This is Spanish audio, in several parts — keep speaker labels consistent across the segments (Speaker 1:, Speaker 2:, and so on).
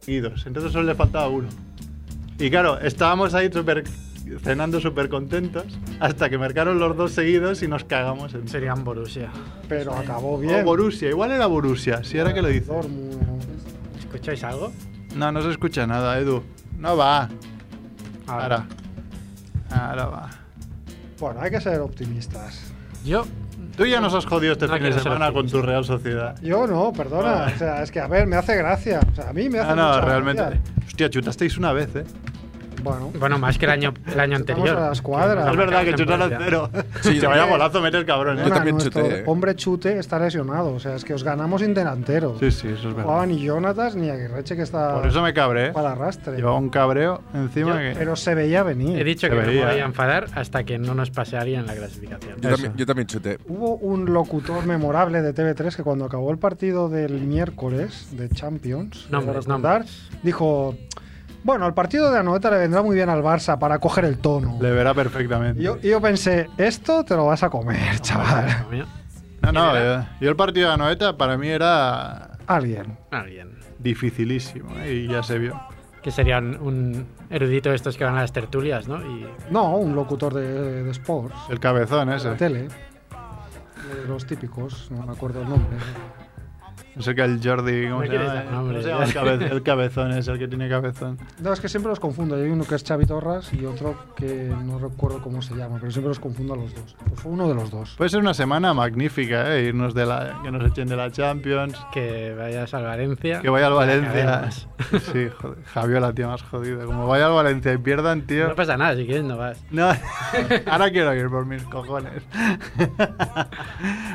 Speaker 1: seguidos. Entonces solo le faltaba uno. Y claro, estábamos ahí súper cenando súper contentos hasta que marcaron los dos seguidos y nos cagamos. En...
Speaker 2: Serían Borussia.
Speaker 3: Pero acabó
Speaker 1: O
Speaker 3: bien.
Speaker 1: Borussia, igual era Borussia, si ahora que lo dices.
Speaker 3: Dortmund.
Speaker 2: ¿Escucháis algo?
Speaker 1: No, no se escucha nada, Edu. No va. Ahora. Ahora va.
Speaker 3: Bueno, hay que ser optimistas.
Speaker 2: Yo.
Speaker 1: Tú ya nos has jodido este
Speaker 2: No
Speaker 1: fin de
Speaker 2: quiero ser
Speaker 1: semana con
Speaker 2: optimista.
Speaker 1: tu Real Sociedad.
Speaker 3: Yo no, perdona.
Speaker 1: Ah.
Speaker 3: O sea, es que a ver, me hace gracia. O sea, a mí me hace
Speaker 1: Ah, no,
Speaker 3: mucha
Speaker 1: realmente.
Speaker 3: gracia.
Speaker 1: Hostia, chutasteis una vez, ¿eh?
Speaker 3: Bueno,
Speaker 2: Bueno, más que el año, el año
Speaker 3: Estamos
Speaker 2: anterior.
Speaker 3: a las cuadras.
Speaker 2: nos
Speaker 1: Pues es verdad que
Speaker 2: marcaron en
Speaker 1: chutaron
Speaker 2: Borussia.
Speaker 1: cero.
Speaker 4: Sí,
Speaker 1: que vaya
Speaker 4: sí.
Speaker 1: golazo mete el cabrón,
Speaker 4: Yo
Speaker 1: ¿eh?
Speaker 3: Perdona,
Speaker 4: también
Speaker 3: nuestro
Speaker 4: chuté, eh.
Speaker 3: hombre chute está lesionado. O sea, es que os ganamos sin delantero.
Speaker 1: Sí, sí, eso es verdad.
Speaker 3: Jugaba ni Jonatas ni Aguirreche que está
Speaker 1: Por eso me cabré, ¿eh?
Speaker 3: para arrastre.
Speaker 1: Llevaba un cabreo encima que...
Speaker 3: Pero se veía venir.
Speaker 2: He dicho
Speaker 1: Se
Speaker 2: que no
Speaker 1: veía.
Speaker 2: me voy a enfadar hasta que no nos pase alguien en la clasificación.
Speaker 4: Yo también, yo también chuté.
Speaker 3: Hubo un locutor memorable de TV3 que cuando acabó el partido del miércoles de Champions,
Speaker 2: Nombres,
Speaker 3: quiero recordar, dijo, bueno, el partido de Anoeta le vendrá muy bien al Barça para coger el tono.
Speaker 1: Le verá
Speaker 3: Y
Speaker 1: perfectamente.
Speaker 3: yo, y yo pensé, esto te lo vas a comer, chaval.
Speaker 2: Amigo,
Speaker 1: no, no, eh, yo el partido de Anoeta para mí era
Speaker 3: Alguien.
Speaker 2: Alguien.
Speaker 1: dificilísimo ¿eh? y ya se vio.
Speaker 2: Que serían un erudito de estos que van a las tertulias, ¿no? Y
Speaker 3: No, un locutor de, de sports,
Speaker 1: El cabezón
Speaker 3: de la
Speaker 1: ese.
Speaker 3: tele, de los típicos, no me acuerdo el nombre.
Speaker 1: No sé que el Jordi... ¿Cómo
Speaker 2: No
Speaker 1: se
Speaker 2: quieres
Speaker 1: llama?
Speaker 2: dar nombre,
Speaker 1: ¿Cómo se llama el,
Speaker 2: ya.
Speaker 1: cabe- el cabezón es el que tiene cabezón.
Speaker 3: No, es que siempre los confundo. Hay uno que es Xavi Torras y otro que no recuerdo cómo se llama, pero siempre los confundo a los dos. Pues fue uno de los dos.
Speaker 1: Puede ser una semana magnífica, ¿eh? Irnos de la... Que nos echen de la Champions,
Speaker 2: que vayas al Valencia.
Speaker 1: que vaya al Valencia.
Speaker 2: Cadenas.
Speaker 1: Sí, joder. Javiola, tío, más jodido. Como vaya al Valencia y pierdan, tío...
Speaker 2: No pasa nada, si quieres no vas.
Speaker 1: No, ahora quiero ir por mis cojones.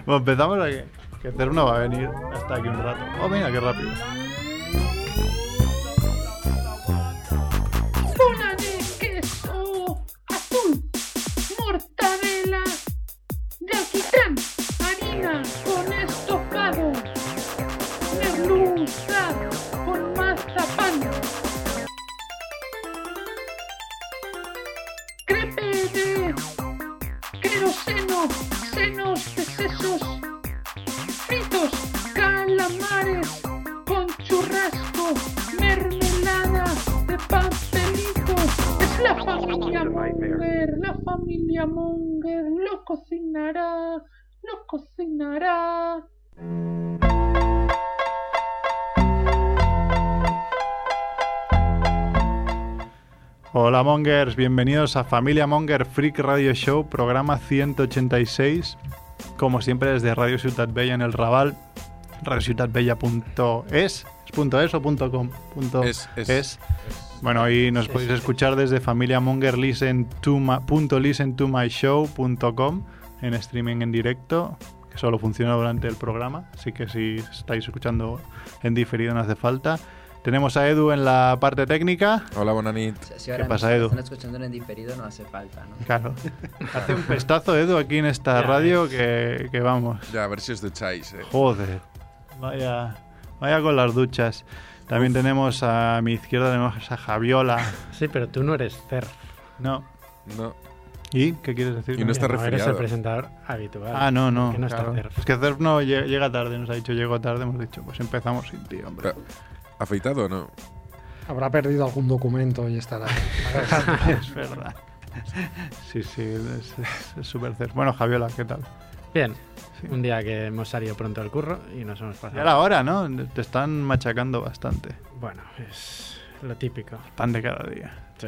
Speaker 1: bueno, empezamos a que, que Cerno va a venir hasta aquí un rato. Oh, mira, qué rápido.
Speaker 5: Zona de queso azul, mortadela de alquitrán, harina con estocado, merluza con mazapán, crepe de queroseno, senos de sesos, fritos, calamares con churrasco, mermelada de pastelito. Es la familia Munger, la familia Munger lo cocinará, lo cocinará.
Speaker 1: Hola, Mongers. Bienvenidos a Familia Monger Freak Radio Show, programa 186. Como siempre, desde Radio Ciutat Bella en el Raval. radiociutatbella.es. ¿Es punto .es o punto .com? Punto
Speaker 4: Es, es.
Speaker 1: Bueno, y nos podéis escuchar desde familiamongerlisten2myshow.com en streaming en directo, que solo funciona durante el programa, así que si estáis escuchando en diferido no hace falta. Tenemos a Edu en la parte técnica.
Speaker 4: Hola, Bonanit.
Speaker 6: O sea, si ahora
Speaker 1: ¿Qué pasa,
Speaker 6: nos
Speaker 1: Edu?
Speaker 6: Están escuchando en diferido, no hace falta, ¿no?
Speaker 1: Claro. Hace un pestazo Edu aquí en esta
Speaker 2: Ya
Speaker 1: radio
Speaker 2: ves.
Speaker 1: que, que vamos.
Speaker 4: Ya, a ver si os ducháis, eh.
Speaker 1: Joder. Vaya, vaya con las duchas. También tenemos a mi izquierda tenemos a Javiola.
Speaker 2: Sí, pero tú no eres CER.
Speaker 1: No.
Speaker 4: No.
Speaker 1: ¿Y qué quieres decir?
Speaker 4: Y no
Speaker 1: con
Speaker 4: está
Speaker 2: no eres el
Speaker 4: resfriado.
Speaker 2: presentador habitual.
Speaker 1: Ah, no, no.
Speaker 2: Que no
Speaker 1: claro.
Speaker 2: está CERF.
Speaker 1: Es que CERF no lle- llega tarde, nos ha dicho, llegó tarde, hemos dicho, pues empezamos sin ti, hombre.
Speaker 4: Pero, ¿Afeitado o no?
Speaker 3: Habrá perdido algún documento y estará.
Speaker 1: es verdad. Sí, sí, es- es es súper CERF. Bueno, Javiola, ¿qué tal?
Speaker 2: Bien.
Speaker 1: Sí.
Speaker 2: Un día que hemos salido pronto del curro y nos hemos pasado.
Speaker 1: Ya la hora, ¿no? Te están machacando bastante.
Speaker 2: Bueno, es lo típico.
Speaker 1: Pan de cada día.
Speaker 2: Sí.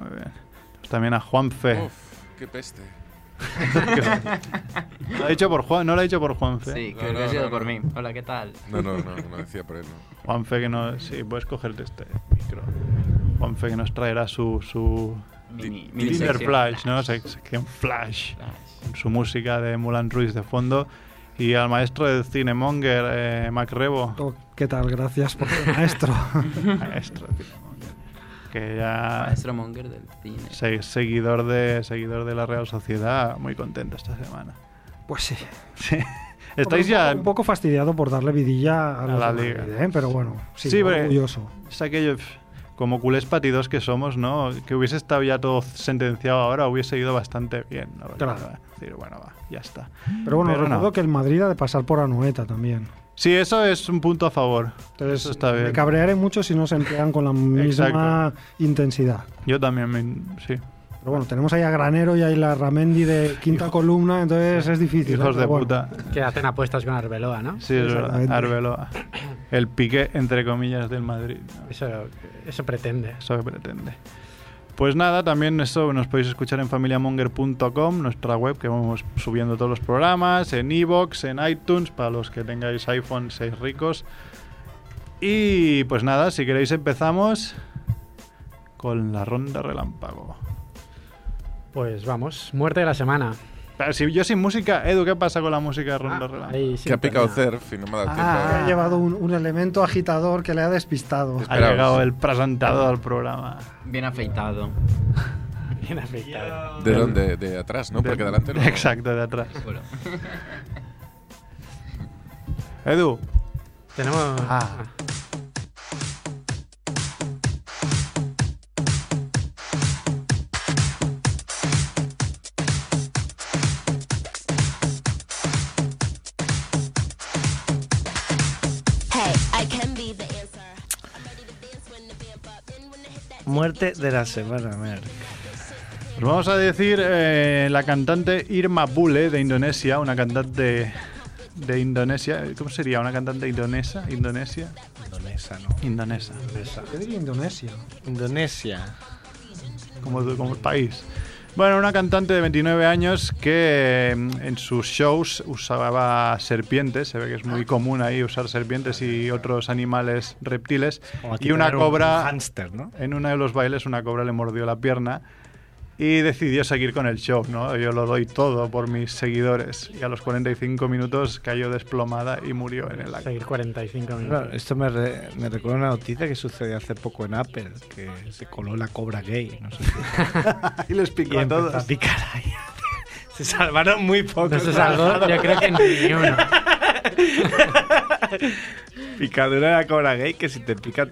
Speaker 1: Muy bien. Pues también a Juanfe.
Speaker 4: Uf, qué peste.
Speaker 1: Lo ha dicho por Juan, no lo ha dicho por Juanfe.
Speaker 6: Sí,
Speaker 4: No,
Speaker 6: creo
Speaker 4: no,
Speaker 6: que ha sido
Speaker 4: no,
Speaker 6: por
Speaker 4: no.
Speaker 6: mí. Hola, ¿qué tal?
Speaker 4: No, no, no, no decía por él, no.
Speaker 1: Juanfe que no. Sí, puedes cogerte este micro. Juanfe que nos traerá su. su
Speaker 6: Mini, mini
Speaker 1: Tinder
Speaker 6: sección.
Speaker 1: Flash, ¿no? Sección Flash.
Speaker 6: Flash.
Speaker 1: con su música de Mulan Ruiz de fondo y al maestro del cinemonger, eh, Mac Rebo.
Speaker 3: Oh, ¿Qué tal? Gracias por ser maestro.
Speaker 1: maestro del cinemonger, que ya
Speaker 6: Maestro Monger del cine.
Speaker 1: se- seguidor de seguidor de la Real Sociedad, muy contento esta semana.
Speaker 3: Pues sí.
Speaker 1: Sí. Estáis
Speaker 3: Hombre, un
Speaker 1: ya
Speaker 3: poco- Un poco fastidiado por darle vidilla a,
Speaker 1: A
Speaker 3: los
Speaker 1: la
Speaker 3: de
Speaker 1: liga.
Speaker 3: Madrid, ¿eh? Pero bueno, sí,
Speaker 1: Sí, pero-
Speaker 3: orgulloso.
Speaker 1: es aquello pf, como culés patidos que somos, ¿no? Que hubiese estado ya todo sentenciado ahora, hubiese ido bastante bien, ¿no?
Speaker 3: Claro.
Speaker 1: Decir, bueno, va, ya está.
Speaker 3: Pero bueno,
Speaker 1: Pero no.
Speaker 3: recuerdo que el Madrid ha de pasar por Anoeta también.
Speaker 1: Sí, eso es un punto a favor.
Speaker 3: Entonces,
Speaker 1: Eso está bien.
Speaker 3: me cabrearé mucho si no se emplean con la misma intensidad.
Speaker 1: Yo también, me- sí.
Speaker 3: Pero bueno, tenemos ahí a Granero y ahí la Ramendi de quinta columna, entonces es difícil. ¿eh?
Speaker 1: Hijos
Speaker 3: Pero
Speaker 1: de
Speaker 3: bueno.
Speaker 1: puta.
Speaker 2: Que hacen apuestas con Arbeloa, ¿no?
Speaker 1: Sí, es verdad.
Speaker 3: Exactamente.
Speaker 1: Arbeloa. El pique, entre comillas, del Madrid.
Speaker 2: Eso, eso pretende.
Speaker 1: Eso que pretende. Pues nada, también eso nos podéis escuchar en familiamonger.com, nuestra web que vamos subiendo todos los programas, en iVoox, en iTunes, para los que tengáis iPhone 6 ricos. Y pues nada, si queréis empezamos con la ronda relámpago.
Speaker 2: Pues vamos, muerte de la semana. Ah,
Speaker 1: Pero si yo sin música, Edu, ¿qué pasa con la música de ronda relámpago?
Speaker 2: Ahí
Speaker 4: Que
Speaker 2: sin
Speaker 4: ha picado
Speaker 2: pena.
Speaker 4: Cerf y no me ha dado
Speaker 3: Ah, ha
Speaker 4: tiempo.
Speaker 3: llevado un, un elemento agitador que le ha despistado.
Speaker 1: Ha
Speaker 4: Esperaos.
Speaker 1: llegado el presentador al programa.
Speaker 6: Bien afeitado.
Speaker 2: Bien afectado.
Speaker 4: ¿De dónde? De atrás, ¿no?
Speaker 1: De-
Speaker 4: Porque delante no.
Speaker 1: Exacto, de atrás.
Speaker 6: Bueno,
Speaker 1: Edu,
Speaker 2: Tenemos.
Speaker 1: Ah.
Speaker 7: Hey, I can be the answer. I'm ready to dance when the vamp up. Then when I hit that
Speaker 8: Muerte de la semana, Merck.
Speaker 1: Pues vamos a decir eh, la cantante Irma Bule de Indonesia, una cantante de Indonesia. ¿Cómo sería? ¿Una cantante indonesa? ¿Indonesia?
Speaker 8: Indonesia, ¿no?
Speaker 1: Indonesa.
Speaker 8: Indonesia.
Speaker 3: Yo diría Indonesia.
Speaker 8: Indonesia.
Speaker 1: Como, como el país. Bueno, una cantante de 29 años que mm, en sus shows usaba serpientes. Se ve que es muy común ahí usar serpientes y otros animales reptiles.
Speaker 8: Como aquí
Speaker 1: Y una
Speaker 8: tener un
Speaker 1: cobra.
Speaker 8: hámster, ¿no?
Speaker 1: En uno de los bailes una cobra le mordió la pierna y decidió seguir con el show, ¿no? Yo lo doy todo por mis seguidores. Y a los 45 minutos cayó desplomada y murió en el acto.
Speaker 2: Seguir 45
Speaker 8: Bueno,
Speaker 2: minutos.
Speaker 8: esto me, re- me recuerda una noticia que sucedió hace poco en Apple, que se coló la cobra gay. No sé qué.
Speaker 1: Y les
Speaker 8: y
Speaker 1: picó a
Speaker 8: empezó
Speaker 1: todos.
Speaker 8: a picar ahí. Se salvaron muy pocos.
Speaker 2: No se salvó, yo creo que ni uno.
Speaker 8: Picadura de la cobra gay que si te pica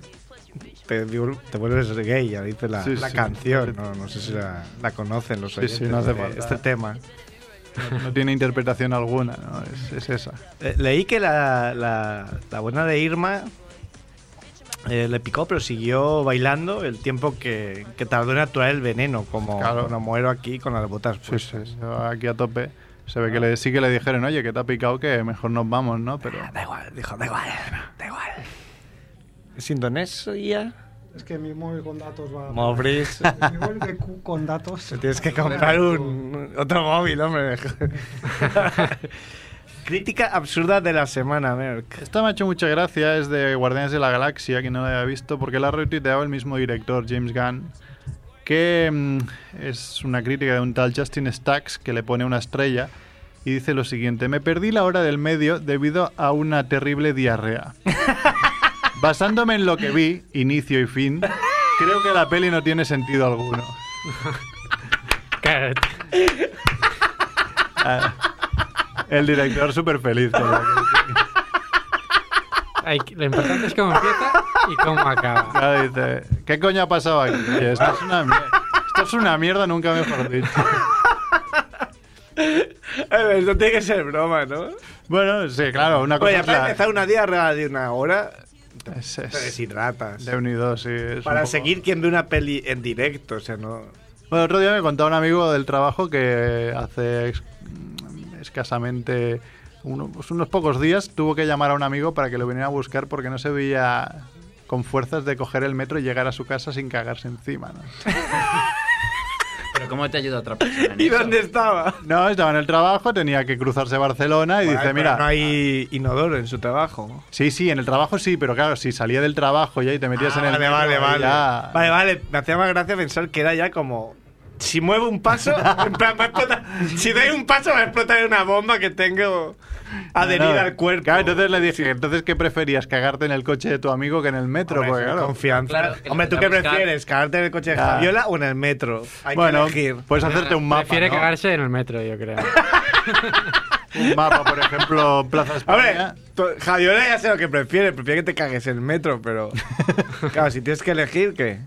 Speaker 8: te, diu- te vuelves gay, ya dice la,
Speaker 1: Sí,
Speaker 8: la
Speaker 1: sí.
Speaker 8: canción. No, no sé si la, la conocen los
Speaker 1: Sí, sí,
Speaker 8: oyentes
Speaker 1: no hace
Speaker 8: de
Speaker 1: falta.
Speaker 8: este tema.
Speaker 1: No tiene interpretación alguna, ¿no? Es, es esa.
Speaker 8: Eh, leí que la, la- la buena de Irma eh, le picó, pero siguió bailando el tiempo que, que tardó en actuar el veneno, como
Speaker 1: Claro.
Speaker 8: como muero aquí con las botas.
Speaker 1: Sí,
Speaker 8: puestas.
Speaker 1: sí, sí. Aquí a tope. Se ve que le, sí que le dijeron, oye, que te ha picado, que mejor nos vamos, ¿no? Pero
Speaker 8: Ah, Da igual, dijo, da igual, da igual. ¿Es Indonesia?
Speaker 3: Es que mi móvil con datos va.
Speaker 8: Morris.
Speaker 3: Mi móvil de Q con datos.
Speaker 8: Te tienes que comprar un otro móvil, hombre. Crítica absurda de la semana, Merck.
Speaker 1: Esta me ha hecho mucha gracia, es de Guardianes de la Galaxia, que no la había visto, porque la ha retuiteado el mismo director, James Gunn, que mm, es una crítica de un tal Justin Stacks que le pone una estrella y dice lo siguiente, me perdí la hora del medio debido a una terrible diarrea. Basándome en lo que vi, inicio y fin, creo que la peli no tiene sentido alguno.
Speaker 2: Que-
Speaker 1: Ah, El director súper feliz con la crítica.
Speaker 2: hay que- lo importante es cómo empieza y cómo acaba.
Speaker 1: Claro, dice, ¿qué coño ha pasado aquí? Oye, esto, es una mierda, esto es una mierda, nunca mejor dicho.
Speaker 8: Esto tiene que ser broma, ¿no?
Speaker 1: Bueno, sí, claro, una cosa
Speaker 8: Oye,
Speaker 1: es
Speaker 8: para
Speaker 1: la-
Speaker 8: empezar una diarrea de una hora,
Speaker 1: es-
Speaker 8: te
Speaker 1: es
Speaker 8: deshidratas.
Speaker 1: de unidos, sí. es un
Speaker 8: Para
Speaker 1: poco-
Speaker 8: seguir quien ve una peli en directo, o sea, no.
Speaker 1: Bueno, otro día me contaba un amigo del trabajo que hace ex- escasamente uno- pues unos pocos días tuvo que llamar a un amigo para que lo viniera a buscar porque no se veía con fuerzas de coger el metro y llegar a su casa sin cagarse encima. ¿no?
Speaker 6: pero ¿cómo te ayuda otra persona? en
Speaker 8: ¿Y
Speaker 6: eso?
Speaker 8: dónde estaba?
Speaker 1: No, estaba en el trabajo, tenía que cruzarse Barcelona y
Speaker 8: Bueno,
Speaker 1: dice,
Speaker 8: pero
Speaker 1: mira...
Speaker 8: No hay inodoro en su trabajo.
Speaker 1: Sí, sí, en el trabajo sí, pero claro, si salía del trabajo ya y te metías en el.
Speaker 8: Ah, vale, vale,
Speaker 1: metro, ahí
Speaker 8: vale.
Speaker 1: ya-
Speaker 8: Vale, vale. Me hacía más gracia pensar que era ya como. Si muevo un paso, en plan, va a explotar. Si doy un paso, va a explotar una bomba que tengo adherida
Speaker 1: Claro.
Speaker 8: al cuerpo.
Speaker 1: Claro, entonces le dije, entonces ¿qué preferías? ¿Cagarte en el coche de tu amigo que en el metro?
Speaker 8: Hombre,
Speaker 1: Porque,
Speaker 8: sin
Speaker 1: claro.
Speaker 8: Confianza.
Speaker 6: Claro, que
Speaker 8: Hombre,
Speaker 6: lo
Speaker 8: ¿tú qué
Speaker 6: tendrá buscado.
Speaker 8: prefieres? ¿Cagarte en el coche de
Speaker 1: Ah.
Speaker 8: Javiola o en el metro? Hay
Speaker 1: bueno,
Speaker 8: que elegir.
Speaker 1: puedes hacerte un mapa.
Speaker 2: Prefiere
Speaker 1: ¿no?
Speaker 2: cagarse en el metro, yo creo.
Speaker 1: Un mapa, por ejemplo, Plaza
Speaker 8: Hombre,
Speaker 1: España.
Speaker 8: tú- Javiola ya sé lo que prefiere. Prefiere que te cagues en el metro, pero. claro, si tienes que elegir, ¿qué?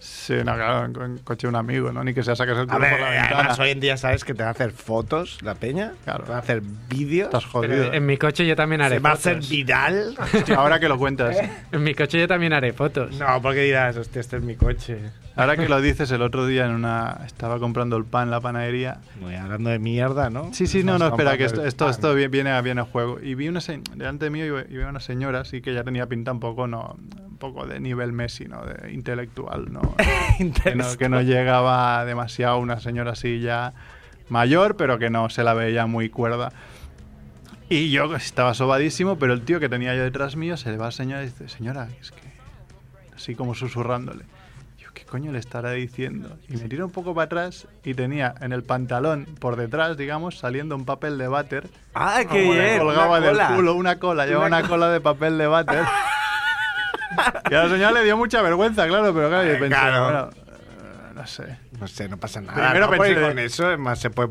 Speaker 1: Sí, no, claro, en, co- en coche de un amigo, ¿no? Ni que sea saques el
Speaker 8: A
Speaker 1: culo
Speaker 8: ver,
Speaker 1: por la ventana.
Speaker 8: además hoy en día sabes que te va a hacer fotos la peña,
Speaker 1: Claro.
Speaker 8: te va a hacer vídeos,
Speaker 1: Estás jodido.
Speaker 2: Pero en mi coche yo también haré
Speaker 8: te va a
Speaker 2: fotos.
Speaker 8: hacer viral.
Speaker 1: Hostia, ahora que lo cuentas.
Speaker 2: En mi coche yo también haré fotos.
Speaker 8: No, porque dirás, hostia, este es mi coche.
Speaker 1: Ahora que lo dices, el otro día en una estaba comprando el pan en la panadería
Speaker 8: Muy hablando de mierda, ¿no?
Speaker 1: Sí, sí, no,
Speaker 8: Nos
Speaker 1: no, espera,
Speaker 8: vamos
Speaker 1: que
Speaker 8: a
Speaker 1: esto,
Speaker 8: ver.
Speaker 1: esto,
Speaker 8: Ah,
Speaker 1: esto vi- viene, a- viene a juego. Y vi una se- delante mío y vi una señora, sí que ya tenía pinta un poco, no, un poco de nivel Messi, ¿no? De intelectual, ¿no? que, no que no llegaba demasiado una señora así ya mayor, pero que no se la veía muy cuerda. Y yo estaba sobadísimo, pero el tío que tenía yo detrás mío se le va a la señora y dice, señora, es que... Así como susurrándole. Yo, ¿qué coño le estará diciendo? Y me tiro un poco para atrás y tenía en el pantalón, por detrás, digamos, saliendo un papel de váter.
Speaker 8: Ah, qué
Speaker 1: Como le
Speaker 8: bien.
Speaker 1: Colgaba
Speaker 8: una
Speaker 1: del
Speaker 8: cola.
Speaker 1: culo una cola, llevaba una cola de papel de váter. y a la señora le dio mucha vergüenza, claro, pero claro, yo pensé,
Speaker 8: claro. Pues
Speaker 1: bueno, eh, no sé.
Speaker 8: No sé, no pasa nada.
Speaker 1: Primero
Speaker 8: no,
Speaker 1: pensé
Speaker 8: porque
Speaker 1: de-
Speaker 8: con eso, además, se puede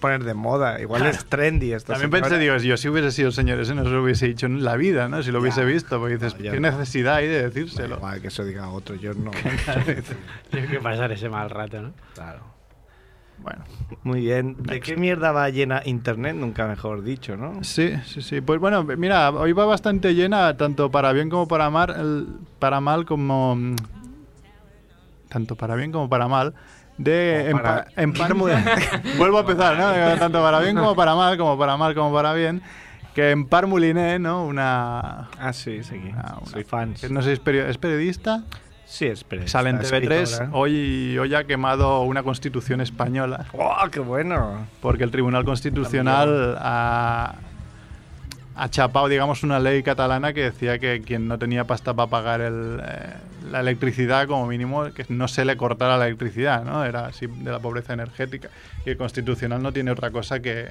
Speaker 8: poner de moda. Igual es trendy esto.
Speaker 1: También pensé, digo, yo si hubiese sido señor ese no se lo hubiese dicho en la vida, ¿no? Si lo hubiese visto, pues dices,
Speaker 8: No, yo
Speaker 1: ¿qué
Speaker 8: no.
Speaker 1: necesidad hay de decírselo?
Speaker 8: Igual que eso diga otro, yo no.
Speaker 2: Tengo que pasar ese mal rato, ¿no?
Speaker 8: claro.
Speaker 1: Bueno,
Speaker 8: Muy bien. ¿De qué mierda va llena Internet? Nunca mejor dicho, ¿no?
Speaker 1: sí, sí, sí. Pues bueno, mira, hoy va bastante llena, tanto para bien como para mal, para mal como... mm, Tanto para bien como para mal. De
Speaker 8: Como para-
Speaker 1: empa- empan- Vuelvo a empezar, ¿no? Tanto para bien como para mal, como para mal como para bien. Que en Par Mouliné, ¿no? Una...
Speaker 8: Ah, sí, seguí.
Speaker 1: Ah, una-
Speaker 8: Soy fan.
Speaker 1: que No sé, es perio- es periodista.
Speaker 8: Sí, espera.
Speaker 1: Sale en
Speaker 8: está
Speaker 1: TV3.
Speaker 8: escritora. ¿eh?
Speaker 1: Hoy, hoy ha quemado una constitución española
Speaker 8: ¡Oh, qué bueno!
Speaker 1: porque el Tribunal Constitucional ha, ha chapado, digamos, una ley catalana que decía que quien no tenía pasta para pagar el, eh, la electricidad, como mínimo, que no se le cortara la electricidad, ¿no? Era así de la pobreza energética. Y el Constitucional no tiene otra cosa que,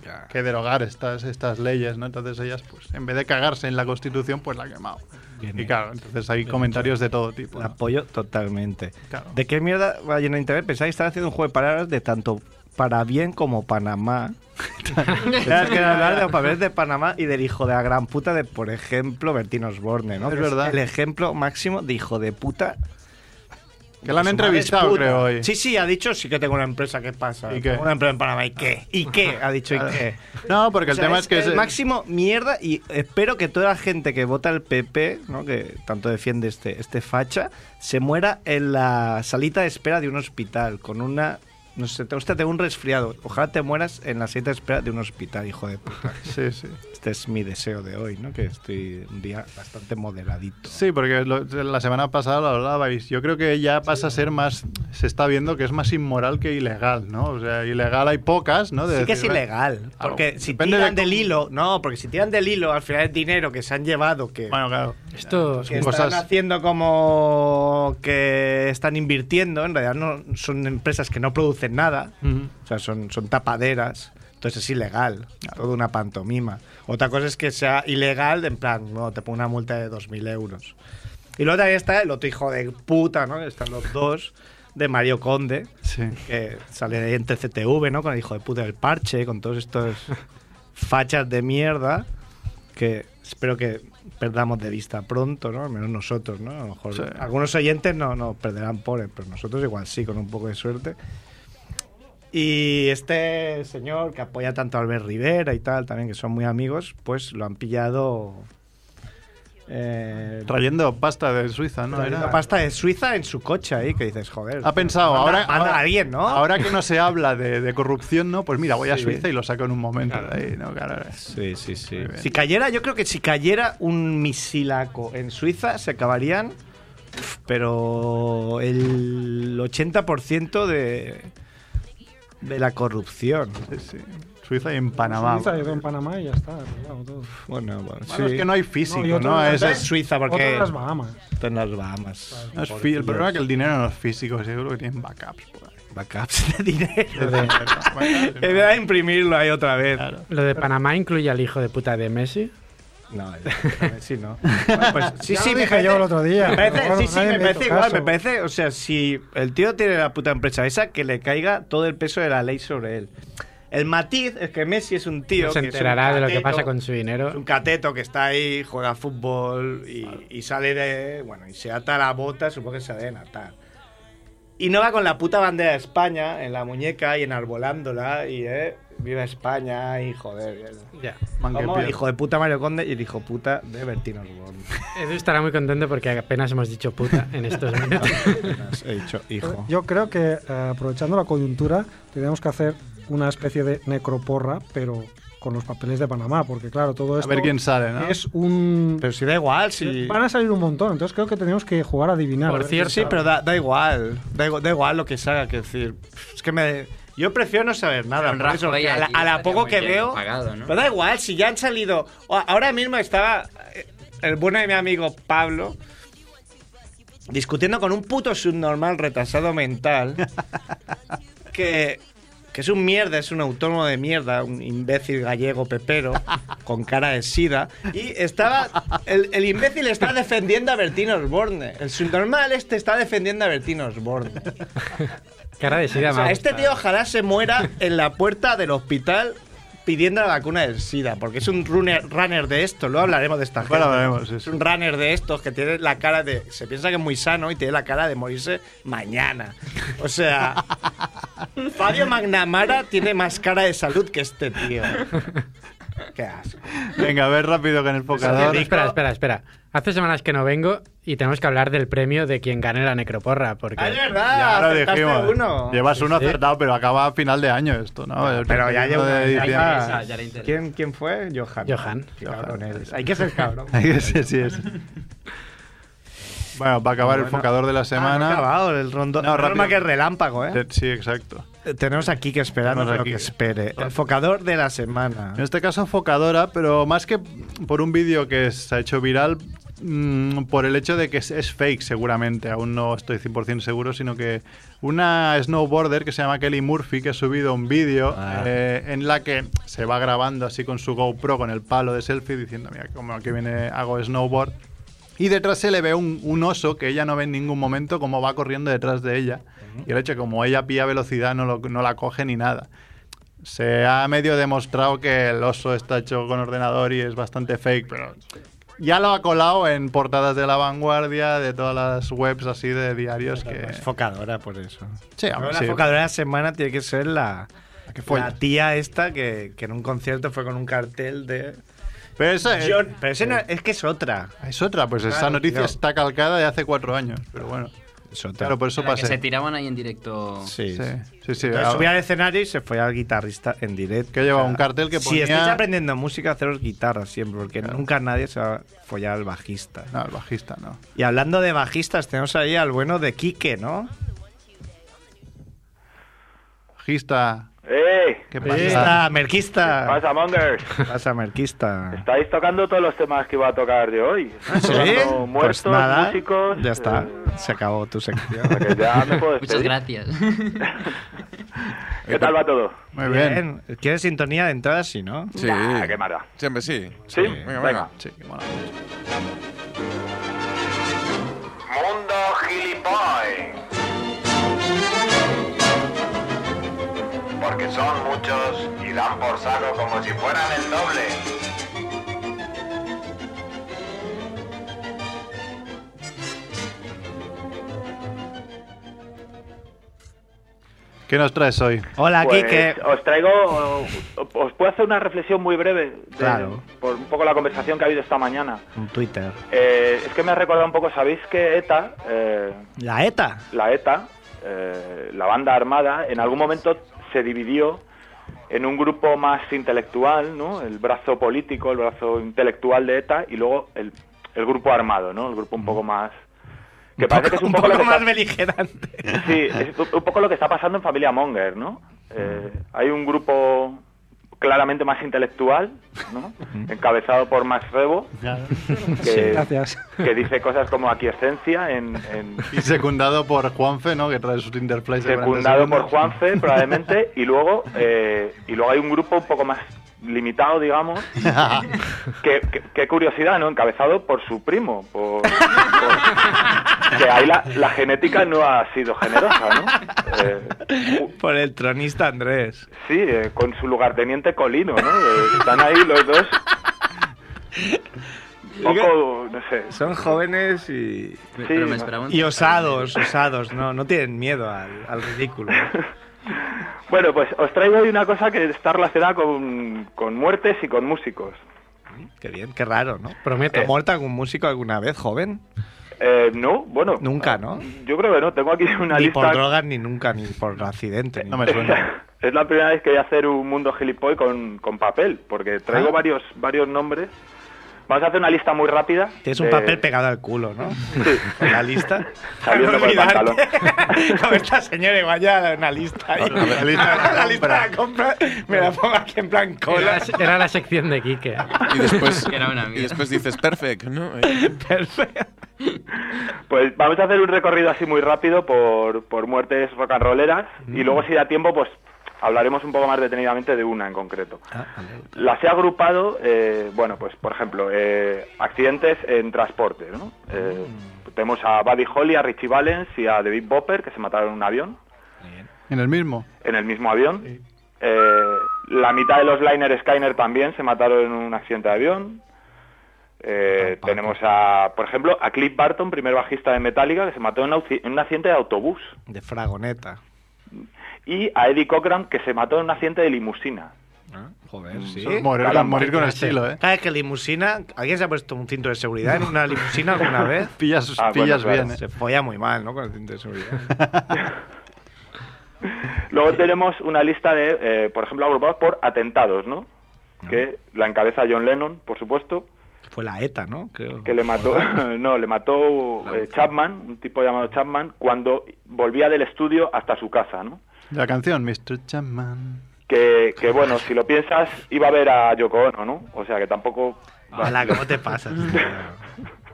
Speaker 1: que, que derogar estas, estas leyes, ¿no? Entonces ellas, pues, en vez de cagarse en la Constitución, pues la ha quemado.
Speaker 8: Bien
Speaker 1: y
Speaker 8: hecho.
Speaker 1: claro, entonces hay comentarios de todo tipo.
Speaker 8: La
Speaker 1: ¿no?
Speaker 8: apoyo totalmente.
Speaker 1: Claro.
Speaker 8: ¿De qué mierda va llena Internet? Pensáis que estaba haciendo un juego de palabras de tanto para bien como Panamá. Tenías que hablar de los papeles de Panamá y del hijo de la gran puta de, por ejemplo, Bertín Osborne, ¿no?
Speaker 1: Es
Speaker 8: Que
Speaker 1: verdad.
Speaker 8: el ejemplo máximo de hijo de puta.
Speaker 1: Que la han
Speaker 8: Su madre
Speaker 1: entrevistado,
Speaker 8: es puta.
Speaker 1: creo, hoy.
Speaker 8: Sí, sí, ha dicho sí que tengo una empresa, ¿qué pasa?
Speaker 1: ¿Y qué?
Speaker 8: Tengo una empresa en Panamá, ¿y qué? ¿Y qué? Ha dicho, ¿y qué?
Speaker 1: No, porque
Speaker 8: O
Speaker 1: el
Speaker 8: sea,
Speaker 1: tema es, que...
Speaker 8: el
Speaker 1: es-
Speaker 8: máximo mierda y espero que toda la gente que vota al PP, ¿no? que tanto defiende este, este facha, se muera en la salita de espera de un hospital con una... No sé, te gusta un resfriado. Ojalá te mueras en la salita de espera de un hospital, hijo de puta.
Speaker 1: Sí, sí.
Speaker 8: Este es mi deseo de hoy, ¿no? Que estoy un día bastante moderadito.
Speaker 1: Sí, porque lo- la semana pasada lo hablabais. Yo creo que ya pasa a ser más. Se está viendo que es más inmoral que ilegal, ¿no? O sea, ilegal hay pocas, ¿no? De
Speaker 8: Sí que es
Speaker 1: decir, "Ve".
Speaker 8: ilegal,
Speaker 1: Claro,
Speaker 8: porque si
Speaker 1: depende de
Speaker 8: tiran del
Speaker 1: cómo-
Speaker 8: hilo, no, porque si tiran del hilo, al final es dinero que se han llevado, que
Speaker 1: Bueno, claro.
Speaker 2: Esto
Speaker 1: Son
Speaker 8: que
Speaker 1: cosas-
Speaker 8: están haciendo como que están invirtiendo, en realidad no son empresas que no producen nada,
Speaker 1: Ujú.
Speaker 8: o sea, son, son tapaderas, entonces es ilegal, toda una pantomima. Otra cosa es que sea ilegal, en plan, no, te pongo una multa de 2.000 euros. Y luego también está el otro hijo de puta, ¿no? Que Están los dos de Mario Conde,
Speaker 1: Sí.
Speaker 8: que sale ahí en TCTV, ¿no? Con el hijo de puta del parche, con todos estos fachas de mierda que espero que perdamos de vista pronto, ¿no? Al menos nosotros, ¿no? A lo mejor
Speaker 1: Sí.
Speaker 8: algunos oyentes no nos perderán pobres, pero nosotros igual sí, con un poco de suerte. Y este señor que apoya tanto a Albert Rivera y tal, también que son muy amigos, pues lo han pillado... Eh,
Speaker 1: Trayendo pasta de Suiza, ¿no?
Speaker 8: la
Speaker 1: Era-
Speaker 8: pasta de Suiza en su coche ahí, que dices, joder.
Speaker 1: Ha pensado,
Speaker 8: manda-
Speaker 1: ahora,
Speaker 8: manda
Speaker 1: ahora-
Speaker 8: a alguien, ¿no?
Speaker 1: ahora que no se habla de, de corrupción, ¿no? Pues mira, voy a
Speaker 8: Sí.
Speaker 1: Suiza y lo saco en un momento. de ahí, ¿no? Claro,
Speaker 8: Sí, sí, sí.
Speaker 1: Muy bien.
Speaker 8: Si cayera, yo creo que si cayera un misilaco en Suiza, se acabarían, pero el 80% de, de la corrupción.
Speaker 1: sí, sí. Suiza y en Panamá.
Speaker 3: Suiza, yo creo en
Speaker 1: Bueno,
Speaker 3: Panamá y ya está. arreglado todo.
Speaker 8: Bueno, bueno,
Speaker 1: es
Speaker 8: sí.
Speaker 1: que no hay físico,
Speaker 3: No, y
Speaker 1: ¿no?
Speaker 3: otro-
Speaker 1: Es-
Speaker 8: Esa
Speaker 3: Entonces,
Speaker 8: es Suiza,
Speaker 3: Otra
Speaker 8: porque
Speaker 3: en las Bahamas.
Speaker 8: está en las Bahamas.
Speaker 1: no es fi- el problema es que el dinero no es físico, seguro que tienen backups. por ahí.
Speaker 8: Backups de dinero.
Speaker 1: Backups,
Speaker 8: He de imprimirlo ahí otra vez.
Speaker 1: Claro.
Speaker 2: Lo de Panamá incluye al hijo de puta de Messi.
Speaker 8: No, sí, no. Bueno, pues, sí,
Speaker 3: Ya
Speaker 8: sí,
Speaker 3: lo
Speaker 8: me
Speaker 3: dije yo
Speaker 8: parece-
Speaker 3: el otro día.
Speaker 8: Me parece,
Speaker 3: Pero bueno,
Speaker 8: sí, sí,
Speaker 3: nadie
Speaker 8: me
Speaker 3: me
Speaker 8: parece
Speaker 3: hizo
Speaker 8: igual,
Speaker 3: caso.
Speaker 8: me parece, o sea, si el tío tiene la puta empresa esa, que le caiga todo el peso de la ley sobre él. El matiz es que Messi es un tío.
Speaker 2: No se
Speaker 8: que es un
Speaker 2: enterará de lo que
Speaker 8: cateto,
Speaker 2: pasa con su dinero.
Speaker 8: Es un cateto que está ahí, juega fútbol y, y sale de. Bueno, y se ata la bota, supongo que se ha de atar. Y no va con la puta bandera de España en la muñeca y enarbolándola y, eh, viva España y joder. eh.
Speaker 2: Ya.
Speaker 8: Como el
Speaker 1: Manquepier.
Speaker 8: hijo de puta Mario Conde y el hijo puta de Bertino Orbón.
Speaker 2: Edu estará muy contento porque apenas hemos dicho puta en estos minutos.
Speaker 8: He dicho hijo.
Speaker 3: Yo creo que eh, aprovechando la coyuntura tenemos que hacer una especie de necroporra, pero con los papeles de Panamá, porque claro, todo
Speaker 1: A
Speaker 3: esto
Speaker 1: ver quién sale, ¿no?
Speaker 3: es un...
Speaker 8: Pero si da igual, si.
Speaker 3: Van a salir un montón, entonces creo que tenemos que jugar a adivinar.
Speaker 2: Por
Speaker 3: A ver
Speaker 2: cierto-
Speaker 3: quién
Speaker 8: Sí,
Speaker 3: sabe.
Speaker 8: pero da, da igual. Da, igu- da igual lo que salga, que decir. Es que me. Yo prefiero no saber nada.
Speaker 6: Un
Speaker 8: por eso,
Speaker 6: Rajoy
Speaker 8: que a, la,
Speaker 6: allí
Speaker 8: a la
Speaker 6: estaría
Speaker 8: poco
Speaker 6: muy
Speaker 8: que
Speaker 6: bien
Speaker 8: veo.
Speaker 6: pagado, ¿no?
Speaker 8: Pero da igual, si ya han salido. o- Ahora mismo estaba eh, el bueno de mi amigo Pablo discutiendo con un puto subnormal retrasado mental que, que es un mierda, es un autónomo de mierda, un imbécil gallego pepero con cara de sida. Y estaba. El, el imbécil está defendiendo a Bertino Osborne. El subnormal este está defendiendo a Bertino Osborne.
Speaker 2: Cara de sida,
Speaker 8: O sea,
Speaker 2: me ha
Speaker 8: este tío
Speaker 2: gustado.
Speaker 8: ojalá se muera en la puerta del hospital pidiendo la vacuna del SIDA, porque es un runner, runner de esto, luego hablaremos de esta gente.
Speaker 1: Bueno, veremos, sí,
Speaker 8: Es
Speaker 1: sí.
Speaker 8: un runner de estos que tiene la cara de... Se piensa que es muy sano y tiene la cara de morirse mañana. O sea, Fabio Magnamara tiene más cara de salud que este tío. Qué asco.
Speaker 1: Venga, a ver rápido con el
Speaker 2: Espera,
Speaker 1: pocador.
Speaker 2: espera, espera, espera. Hace semanas que no vengo y tenemos que hablar del premio de quien gane la necroporra. Porque
Speaker 8: Ah, es
Speaker 1: Ya
Speaker 8: verdad,
Speaker 1: lo
Speaker 8: acertaste
Speaker 1: dijimos.
Speaker 8: uno.
Speaker 1: Llevas uno
Speaker 2: Sí, sí.
Speaker 1: acertado, pero acaba a final de año esto, ¿no? El
Speaker 8: Pero ya
Speaker 1: 31
Speaker 8: llevo...
Speaker 1: de
Speaker 8: ya-
Speaker 1: diciembre.
Speaker 8: ya-
Speaker 6: interesa, ya le interesa.
Speaker 8: ¿Quién, ¿Quién fue? Johan.
Speaker 2: Johan.
Speaker 8: Qué cabrón eres. Hay que ser cabrón.
Speaker 1: Sí, sí, es. Bueno, para acabar el focador de la
Speaker 8: Ah, no ha
Speaker 1: semana.
Speaker 8: acabado el rondo.
Speaker 1: No,
Speaker 8: No,
Speaker 1: rápido.
Speaker 8: que es relámpago, ¿eh?
Speaker 1: Te- Sí, exacto.
Speaker 8: Eh, Tenemos aquí que esperar, no
Speaker 1: Tenemos
Speaker 8: creo
Speaker 1: aquí.
Speaker 8: que espere. El focador de la semana.
Speaker 1: En este caso, focadora, pero más que por un vídeo que se ha hecho viral, mm, por el hecho de que es, es fake, seguramente. Aún no estoy 100% seguro, sino que una snowboarder que se llama Kelly Murphy, que ha subido un vídeo eh, en la que se va grabando así con su GoPro, con el palo de selfie, diciendo: Mira, como aquí viene, hago snowboard. Y detrás se le ve un, un oso que ella no ve en ningún momento cómo va corriendo detrás de ella. Y el hecho que como ella pilla velocidad no, lo- no la coge ni nada. Se ha medio demostrado que el oso está hecho con ordenador y es bastante fake, pero ya lo ha colado en portadas de la vanguardia, de todas las webs así de diarios que...
Speaker 8: Es focadora, por eso.
Speaker 1: Sí, hombre,
Speaker 8: la
Speaker 1: sí.
Speaker 8: focadora de la semana tiene que ser la,
Speaker 1: que fue.
Speaker 8: la tía esta que, que en un concierto fue con un cartel de.
Speaker 1: Pero esa es,
Speaker 8: John- Pero ese no- es que es otra.
Speaker 1: es otra, pues esa
Speaker 8: Claro,
Speaker 1: noticia
Speaker 8: tío.
Speaker 1: está calcada de hace cuatro años, pero bueno.
Speaker 8: Es otra.
Speaker 1: Claro, por eso
Speaker 6: La que se
Speaker 1: pasé.
Speaker 6: tiraban ahí en directo.
Speaker 8: sí.
Speaker 1: Sí,
Speaker 8: sí.
Speaker 1: sí, sí.
Speaker 8: Entonces,
Speaker 1: ah,
Speaker 8: subí al escenario y se fue al guitarrista en directo.
Speaker 1: Que lleva un cartel que
Speaker 8: Si
Speaker 1: ponía-
Speaker 8: estáis aprendiendo música, haceros guitarra siempre, porque nunca nadie se va a follar al bajista.
Speaker 1: No, el bajista, no.
Speaker 8: Y hablando de bajistas, tenemos ahí al bueno de Quique, ¿no?
Speaker 1: Bajista...
Speaker 9: ¡Ey!
Speaker 1: ¿Qué pasa?
Speaker 8: Merquista, merquista.
Speaker 9: Pasa, Mongers.
Speaker 8: Pasa, merquista.
Speaker 9: Estáis tocando todos los temas que iba a tocar de hoy.
Speaker 8: ¿Sí?
Speaker 9: Tocando muertos,
Speaker 8: Pues nada,
Speaker 9: músicos.
Speaker 8: ya está.
Speaker 9: eh,
Speaker 8: Se acabó tu sección.
Speaker 9: o sea que ya me puedo
Speaker 6: Muchas
Speaker 9: despedir.
Speaker 6: gracias.
Speaker 9: ¿Qué tal va todo?
Speaker 1: Muy bien.
Speaker 8: ¿Quieres sintonía de entrada? Sí, ¿no?
Speaker 4: Sí.
Speaker 9: Nah, qué mala.
Speaker 4: Siempre sí.
Speaker 9: ¿Sí?
Speaker 4: Venga, venga.
Speaker 1: Sí, qué mola.
Speaker 9: Mundo gilipollas. Porque son muchos y dan por saco como si fueran el doble.
Speaker 1: ¿Qué nos traes hoy?
Speaker 8: Hola,
Speaker 9: Pues,
Speaker 8: Quique.
Speaker 9: os traigo, o- os puedo hacer una reflexión muy breve, de-
Speaker 8: Claro.
Speaker 9: por un poco la conversación que ha habido esta mañana.
Speaker 8: Un Twitter.
Speaker 9: Eh, es que me ha recordado un poco, ¿sabéis que ETA, eh,
Speaker 8: La ETA.
Speaker 9: la ETA, eh, la banda armada, en algún momento se dividió en un grupo más intelectual, ¿no? El brazo político, el brazo intelectual de ETA y luego el, el grupo armado, ¿no? El grupo un poco más... Que parece que es Mm. un poco, lo que
Speaker 8: más
Speaker 9: está-
Speaker 8: beligerante.
Speaker 9: Sí, es un- un poco lo que está pasando en Familia Monger, ¿no? Eh, hay un grupo claramente más intelectual, ¿no? Encabezado por Max Rebo, que,
Speaker 3: Gracias.
Speaker 9: que dice cosas como aquiescencia en, en-
Speaker 1: Y secundado por Juanfe, ¿no? Que trae sus Interplays de 40
Speaker 9: secundado
Speaker 1: segundos.
Speaker 9: por Juanfe probablemente y luego eh, y luego hay un grupo un poco más limitado digamos que, que- qué curiosidad no encabezado por su primo por, por- que ahí la, la genética no ha sido generosa, ¿no? Eh, u-
Speaker 8: Por el tronista Andrés.
Speaker 9: sí, eh, con su lugarteniente Colino, ¿no? Eh, están ahí los dos. Poco, no sé.
Speaker 8: Son jóvenes y.
Speaker 6: Pero
Speaker 9: Sí,
Speaker 6: me
Speaker 9: no.
Speaker 6: esperaba un-
Speaker 8: Y osados, osados, no, no tienen miedo al, al ridículo.
Speaker 9: Bueno, pues os traigo hoy una cosa que está relacionada con, con muertes y con músicos.
Speaker 8: Qué bien, qué raro, ¿no?
Speaker 2: Prometo.
Speaker 8: ¿Ha muerto algún músico alguna vez, joven?
Speaker 9: Eh, no, bueno. ah,
Speaker 8: Nunca, ¿no?
Speaker 9: Yo creo que no. Tengo aquí una
Speaker 8: ni
Speaker 9: lista.
Speaker 8: por drogas, ni nunca, ni por accidente. ni-
Speaker 1: No me suena.
Speaker 9: Es la primera vez que voy a hacer un mundo gilipoy con, con papel, porque traigo
Speaker 8: Ah.
Speaker 9: varios, varios nombres. Vamos a hacer una lista muy rápida.
Speaker 8: Tienes un
Speaker 9: de-
Speaker 8: papel pegado al culo, ¿no?
Speaker 9: Sí.
Speaker 8: Con la lista.
Speaker 9: Saliendo por el
Speaker 8: Olvidarte.
Speaker 9: pantalón.
Speaker 8: Como esta señora igual ya una lista ahí.
Speaker 1: La lista de la
Speaker 8: La lista de la compra. Me la pongo aquí en plan
Speaker 2: Era
Speaker 8: cola.
Speaker 2: la, era la sección de Quique.
Speaker 4: Y después,
Speaker 6: Era una
Speaker 4: y
Speaker 6: mierda.
Speaker 4: después dices, perfect, ¿no? Eh,
Speaker 8: Perfecto.
Speaker 9: Pues vamos a hacer un recorrido así muy rápido por, por muertes rock and rolleras y luego si da tiempo pues hablaremos un poco más detenidamente de una en concreto. Las he agrupado, eh, bueno pues por ejemplo, eh, accidentes en transporte. ¿no? Eh, Tenemos a Buddy Holly, a Richie Valens y a David Bopper que se mataron en un avión,
Speaker 1: En el mismo.
Speaker 9: en el mismo avión. Eh, la mitad de los Liner Skyner también se mataron en un accidente de avión. Eh,
Speaker 8: Tampoco.
Speaker 9: tenemos a, por ejemplo, a Cliff Barton, primer bajista de Metallica, que se mató en, un auci- en un accidente de autobús.
Speaker 8: De fragoneta.
Speaker 9: Y a Eddie Cochran, que se mató en un accidente de limusina.
Speaker 8: Ah, Joder, sí.
Speaker 1: Eso es morir,
Speaker 9: Caramba,
Speaker 1: morir con
Speaker 2: qué
Speaker 1: estilo,
Speaker 9: este.
Speaker 1: ¿eh?
Speaker 8: Cada vez que limusina, ¿alguien se ha puesto un cinto de seguridad en una limusina alguna vez?
Speaker 1: Pillas,
Speaker 9: Ah, bueno,
Speaker 1: pillas
Speaker 9: claro.
Speaker 1: bien, ¿eh?
Speaker 8: Se folla muy mal, ¿no? Con el cinto de seguridad.
Speaker 9: Luego tenemos una lista de, eh, por ejemplo, agrupados por atentados, ¿no? Que la encabeza John Lennon, por supuesto,
Speaker 8: Fue la ETA, ¿no? Creo.
Speaker 9: que le mató, no, le mató eh, Chapman, un tipo llamado Chapman, cuando volvía del estudio hasta su casa, ¿no?
Speaker 1: La canción, Mr. Chapman.
Speaker 9: que, que, bueno, si lo piensas, iba a ver a Yoko Ono, ¿no? O sea, que tampoco...
Speaker 8: Hola, ¿cómo te pasas? tío?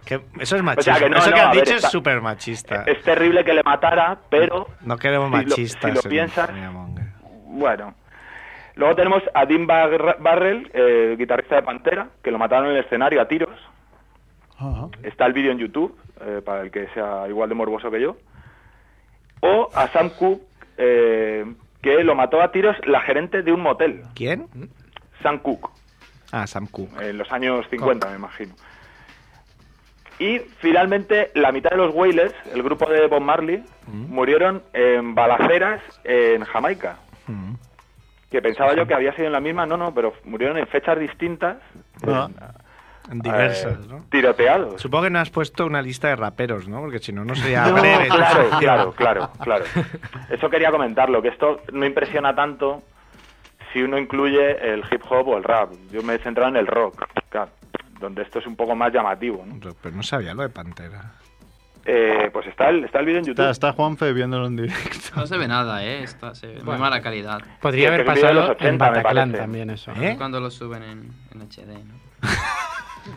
Speaker 8: Que- eso es
Speaker 9: O
Speaker 8: machista.
Speaker 9: sea, que no,
Speaker 8: eso
Speaker 9: no,
Speaker 8: que
Speaker 9: a
Speaker 8: has
Speaker 9: ver,
Speaker 8: dicho
Speaker 9: está-
Speaker 8: es súper machista.
Speaker 9: Es terrible que le matara, pero,
Speaker 8: No queremos
Speaker 9: si lo-
Speaker 8: machistas.
Speaker 9: si lo
Speaker 8: en
Speaker 9: piensas-
Speaker 8: Cinemonger.
Speaker 9: bueno. Luego tenemos a Dean Bar- Barrell, eh, guitarrista de Pantera, que lo mataron en el escenario a tiros.
Speaker 1: Ah,
Speaker 9: Está el vídeo en YouTube, eh, para el que sea igual de morboso que yo. O a Sam Cooke, eh, que lo mató a tiros la gerente de un motel,
Speaker 8: ¿Quién?
Speaker 9: Sam Cooke.
Speaker 8: Ah, Sam Cooke.
Speaker 9: en los años 50, me imagino. Y finalmente, la mitad de los Wailers, el grupo de Bob Marley, murieron en balaceras en Jamaica.
Speaker 8: Mm.
Speaker 9: Que pensaba yo que había sido en la misma, no, no, pero murieron en fechas distintas,
Speaker 1: ah.
Speaker 8: Diversas,
Speaker 9: eh,
Speaker 8: ¿no?
Speaker 9: tiroteados.
Speaker 8: Supongo que no has puesto una lista de raperos, ¿no? Porque si no, no sería
Speaker 9: No,
Speaker 8: breve. tu
Speaker 9: claro,
Speaker 8: sección.
Speaker 9: claro, claro, claro. Eso quería comentarlo, que esto no impresiona tanto si uno incluye el hip hop o el rap. Yo me he centrado en el rock, claro, donde esto es un poco más llamativo. ¿no?
Speaker 8: Pero no sabía lo de Pantera.
Speaker 9: Eh, pues está el, está el vídeo en YouTube.
Speaker 1: Está, está Juanfe viéndolo en directo.
Speaker 6: No se ve nada, ¿eh? Está, se ve muy mala calidad.
Speaker 2: Podría
Speaker 9: Que
Speaker 2: haber
Speaker 9: te olvides de los
Speaker 2: pasado
Speaker 9: 80,
Speaker 2: en
Speaker 9: me
Speaker 2: Bataclan
Speaker 9: parece.
Speaker 2: también eso.
Speaker 8: ¿Eh?
Speaker 6: Cuando lo suben en, en HD, ¿no?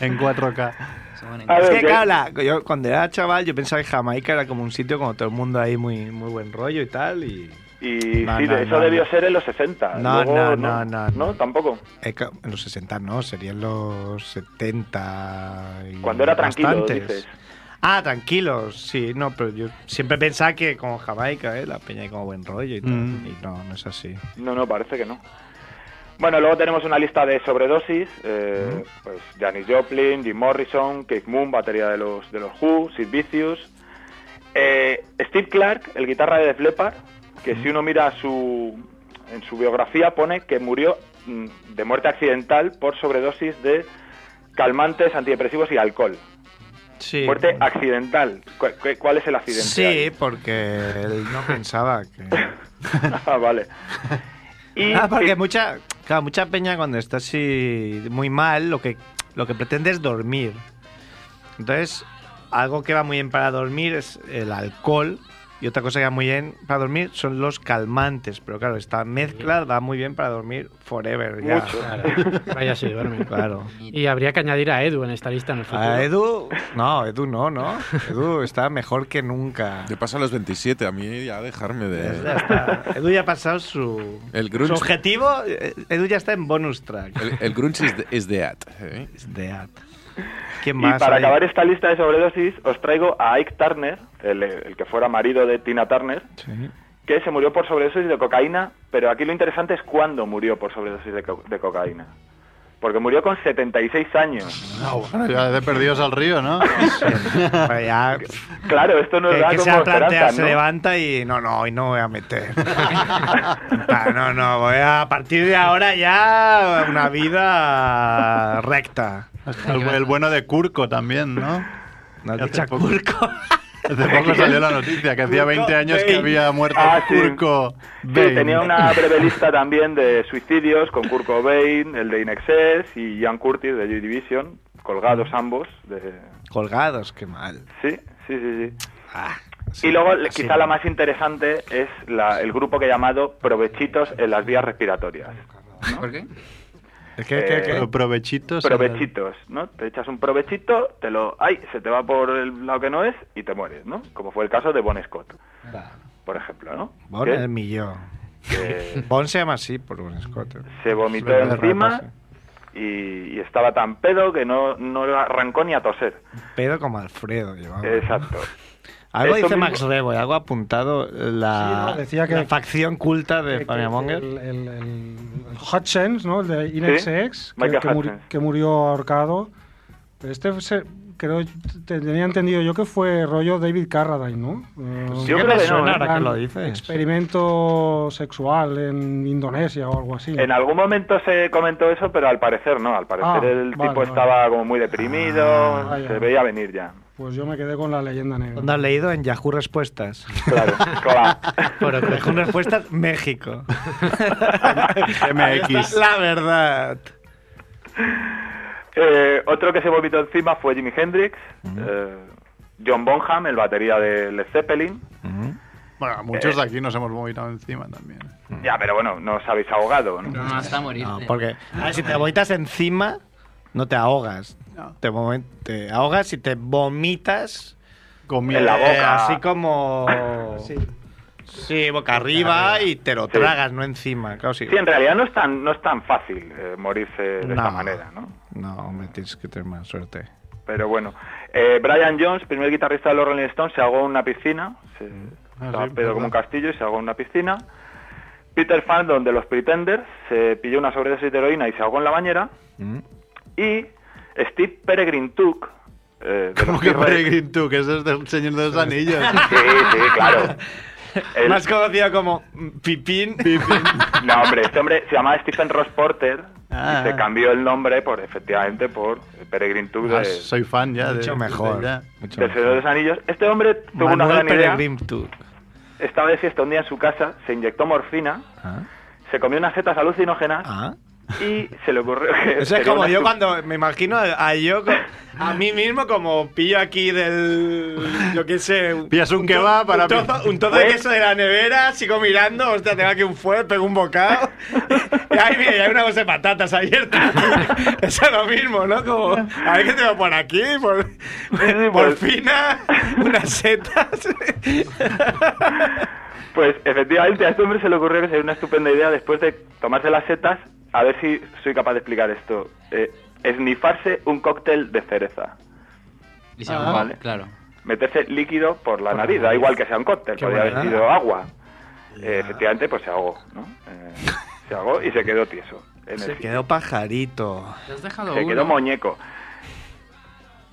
Speaker 1: En 4K.
Speaker 6: Suben en
Speaker 9: A
Speaker 8: Es
Speaker 9: ver,
Speaker 8: que,
Speaker 9: yo-
Speaker 8: claro, la- yo cuando era chaval, yo pensaba que Jamaica era como un sitio como todo el mundo ahí muy, muy buen rollo y tal. Y
Speaker 9: Y
Speaker 8: No,
Speaker 9: sí,
Speaker 8: no,
Speaker 9: eso
Speaker 8: no,
Speaker 9: debió
Speaker 8: no.
Speaker 9: ser en los 60.
Speaker 8: No, no,
Speaker 9: Luego,
Speaker 8: no, no, no.
Speaker 9: tampoco.
Speaker 8: Eh, ca- En los 60 no, serían los 70. y
Speaker 9: Cuando era tranquilo,
Speaker 8: bastantes.
Speaker 9: dices.
Speaker 8: Ah, tranquilos, sí, no, pero yo siempre pensaba que como Jamaica, ¿eh? la peña hay como buen rollo y tal.
Speaker 1: Mm.
Speaker 8: Y no, no es así.
Speaker 9: No, no, parece que no. Bueno, luego tenemos una lista de sobredosis. Eh, Pues Janis Joplin, Jim Morrison, Keith Moon, batería de los, de los Who, Sid Vicious. Eh, Steve Clark, el guitarra de Def Leppard, que si uno mira su, en su biografía pone que murió mm, de muerte accidental por sobredosis de calmantes, antidepresivos y alcohol.
Speaker 8: Sí.
Speaker 9: Muerte accidental. ¿Cu- cu- ¿Cuál es el accidente?
Speaker 8: Sí, porque él no pensaba que.
Speaker 9: Ah, vale. Y
Speaker 8: Ah, porque
Speaker 9: eh,
Speaker 8: mucha, claro, mucha peña cuando está así muy mal, lo que, lo que pretende es dormir. Entonces, algo que va muy bien para dormir es el alcohol y otra cosa que va muy bien para dormir son los calmantes. Pero claro, esta mezcla va muy bien para dormir forever. Ya.
Speaker 9: Mucho.
Speaker 2: Vaya si duerme.
Speaker 8: Claro.
Speaker 2: Y habría que añadir a Edu en esta lista en el futuro.
Speaker 8: A Edu, no, Edu no, ¿no? Edu está mejor que nunca.
Speaker 4: Yo paso a los 27, a mí ya dejarme
Speaker 8: Ya
Speaker 4: de...
Speaker 8: está. Edu ya ha pasado su,
Speaker 4: El grunge.
Speaker 8: su objetivo. eh, Edu ya está en bonus track.
Speaker 4: El, el grunge is the, is the at, ¿eh?
Speaker 8: Es de at. ¿Quién
Speaker 9: Y
Speaker 8: más?
Speaker 9: para
Speaker 8: hay?
Speaker 9: acabar esta lista de sobredosis, os traigo a Ike Turner, el, el que fuera marido de Tina Turner,
Speaker 4: Sí.
Speaker 9: que se murió por sobredosis de cocaína, pero aquí lo interesante es cuándo murió por sobredosis de, co- de cocaína. Porque murió con 76 años.
Speaker 1: No, bueno, Ah, ya de perdidos al río, ¿no?
Speaker 8: Vaya,
Speaker 9: Claro, esto no
Speaker 8: que,
Speaker 9: es da
Speaker 8: que se
Speaker 9: como
Speaker 8: atlantea,
Speaker 9: esperanza,
Speaker 8: se
Speaker 9: ¿no?
Speaker 8: levanta y no, no, hoy no voy a meter. Ah, no, no, voy a, a partir de ahora ya una vida recta.
Speaker 1: Hasta El, el bueno de Curco también, ¿no?
Speaker 8: No,
Speaker 1: Hace
Speaker 8: escucha,
Speaker 1: poco-
Speaker 8: Curco.
Speaker 1: Hace poco salió la noticia que hacía 20 años que
Speaker 8: Bane.
Speaker 1: había muerto
Speaker 9: Ah, sí.
Speaker 1: Curco.
Speaker 9: Sí,
Speaker 1: Bane.
Speaker 9: tenía una breve lista también de suicidios con Kurt Cobain, el de Inexcess y Ian Curtis de Joy Division, colgados
Speaker 8: Mm.
Speaker 9: ambos. de-
Speaker 8: Colgados, qué mal.
Speaker 9: Sí, sí, sí, sí.
Speaker 8: Ah,
Speaker 9: y
Speaker 8: sí,
Speaker 9: luego, le-
Speaker 8: así
Speaker 9: quizá la
Speaker 8: no.
Speaker 9: más interesante es la- el grupo que he llamado Provechitos en las vías respiratorias.
Speaker 6: ¿Por qué?
Speaker 8: ¿Qué, qué, qué?
Speaker 1: Pero provechitos.
Speaker 9: eh, Provechitos, ¿no? Te echas un provechito, te lo... ¡Ay! Se te va por el lado que no es y te mueres, ¿no? Como fue el caso de Bon Scott, por ejemplo, ¿no?
Speaker 8: Bon
Speaker 9: Que-
Speaker 8: el millón.
Speaker 9: que
Speaker 8: Bon se llama así por un escote.
Speaker 9: se vomitó
Speaker 8: Suena de
Speaker 9: encima
Speaker 8: rata,
Speaker 9: y, y estaba tan pedo que no, no arrancó ni a toser.
Speaker 8: Pedo como Alfredo
Speaker 3: Ah.
Speaker 8: llevaba.
Speaker 9: Exacto.
Speaker 8: Algo
Speaker 9: Esto
Speaker 8: dice
Speaker 9: mismo-
Speaker 8: Max Rebo y algo ha apuntado la,
Speaker 3: Sí, no, decía que-
Speaker 8: la facción culta de
Speaker 3: que-
Speaker 8: Fabian Monger.
Speaker 3: El, el, el- el Hutchins, ¿no? El de INXX, que,
Speaker 9: Michael
Speaker 3: que muri-
Speaker 9: Hutchins.
Speaker 3: que murió ahorcado. Pero este se- creo, te- tenía entendido yo que fue rollo David Carradine, ¿no? Eh,
Speaker 9: Yo
Speaker 8: ¿Qué
Speaker 9: creo
Speaker 8: me
Speaker 9: que no,
Speaker 8: suena
Speaker 9: ¿eh?
Speaker 8: ahora que lo
Speaker 3: Gran
Speaker 8: dices?
Speaker 3: Experimento sexual en Indonesia o algo así.
Speaker 9: En algún momento se comentó eso, pero al parecer no. Al parecer
Speaker 3: Ah,
Speaker 9: el
Speaker 3: vale,
Speaker 9: tipo
Speaker 3: vale.
Speaker 9: estaba como muy deprimido,
Speaker 3: vaya.
Speaker 9: se veía venir ya.
Speaker 3: Pues yo me quedé con la leyenda negra.
Speaker 8: ¿Dónde has leído? En Yahoo Respuestas.
Speaker 9: Claro, claro.
Speaker 2: Por otro.
Speaker 8: Yahoo Respuestas, México. Ahí
Speaker 1: MX.
Speaker 8: está La verdad.
Speaker 9: Eh, otro que se vomitó encima fue Jimi Hendrix, eh, John Bonham, el batería de Led Zeppelin.
Speaker 1: Bueno, muchos de aquí nos hemos vomitado encima también. ¿eh?
Speaker 9: Ya, pero bueno, no os habéis ahogado, ¿no?
Speaker 6: Pero no hasta morir.
Speaker 8: No, porque a ver, si te vomitas encima, no te ahogas. Te, mo- te ahogas y te vomitas
Speaker 1: Comida.
Speaker 9: En la boca.
Speaker 8: eh, así como... Sí. boca arriba y te lo
Speaker 9: Sí.
Speaker 8: tragas, no encima. Claro, sí.
Speaker 9: Sí, en realidad no es tan, no es tan fácil eh, morirse de
Speaker 8: No.
Speaker 9: esta manera, ¿no?
Speaker 8: No, me tienes que tener más suerte.
Speaker 9: Pero bueno, eh, Brian Jones, primer guitarrista de los Rolling Stones, se ahogó en una piscina. Se,
Speaker 1: Ah,
Speaker 9: estaba
Speaker 1: sí,
Speaker 9: pedo
Speaker 1: verdad.
Speaker 9: como un castillo y se ahogó en una piscina. Peter Fandon de los Pretenders se pilló una sobredosis de heroína y se ahogó en la bañera.
Speaker 8: Mm.
Speaker 9: Y Steve Peregrine Took. eh, de
Speaker 1: Como
Speaker 9: los
Speaker 1: que
Speaker 9: Beatles-
Speaker 1: Peregrine tú, que ese es del Señor de los Anillos.
Speaker 9: Sí, sí, claro. El-
Speaker 8: Más conocido como Pipín.
Speaker 9: no, hombre, este hombre se llama Stephen Ross Porter
Speaker 1: Ah.
Speaker 9: y se cambió el nombre por, efectivamente, por Peregrine Took
Speaker 1: Ah,
Speaker 9: de,
Speaker 1: soy fan ya. de-
Speaker 8: Mucho
Speaker 1: de-
Speaker 8: mejor.
Speaker 1: ya.
Speaker 8: Mucho
Speaker 9: del Señor de los Anillos. Este hombre tuvo una
Speaker 8: Manuel
Speaker 9: gran idea.
Speaker 8: Peregrim Tour.
Speaker 9: Estaba de fiesta un día en su casa, se inyectó morfina,
Speaker 8: Ah,
Speaker 9: se comió unas setas alucinógenas
Speaker 8: ah.
Speaker 9: y se le ocurrió que.
Speaker 8: Eso es
Speaker 9: sería
Speaker 8: como
Speaker 9: una
Speaker 8: yo
Speaker 9: su-
Speaker 8: cuando me imagino a a yo, co- a mí mismo, como pillo aquí del. Yo qué sé. un-
Speaker 1: Pillas un
Speaker 8: to-
Speaker 1: kebab para
Speaker 8: Un trozo, un trozo de
Speaker 9: Pues-
Speaker 8: queso de la nevera, sigo mirando, hostia, tengo aquí un fuet, pego un bocado. Y ahí, mira, y hay una bolsa de patatas abierta. Eso es lo mismo, ¿no? Como, a ver qué tengo por aquí, por.
Speaker 9: sí, pues.
Speaker 8: Morfina, unas setas.
Speaker 9: Pues efectivamente a este hombre se le ocurrió que sería una estupenda idea después de tomarse las setas, a ver si soy capaz de explicar esto. Eh, esnifarse un cóctel de cereza.
Speaker 6: Y se
Speaker 9: Ah,
Speaker 6: ahogó,
Speaker 9: vale.
Speaker 6: claro.
Speaker 9: Meterse líquido por la nariz, da igual que sea un cóctel,
Speaker 8: Qué
Speaker 9: podría
Speaker 8: buena
Speaker 9: haber
Speaker 8: idea.
Speaker 9: sido agua. Eh, efectivamente, pues se ahogó, ¿no? Eh, se ahogó y se quedó tieso. en el
Speaker 8: Se
Speaker 9: sitio.
Speaker 8: quedó pajarito.
Speaker 6: Te has dejado
Speaker 9: Se
Speaker 6: uno.
Speaker 9: quedó muñeco.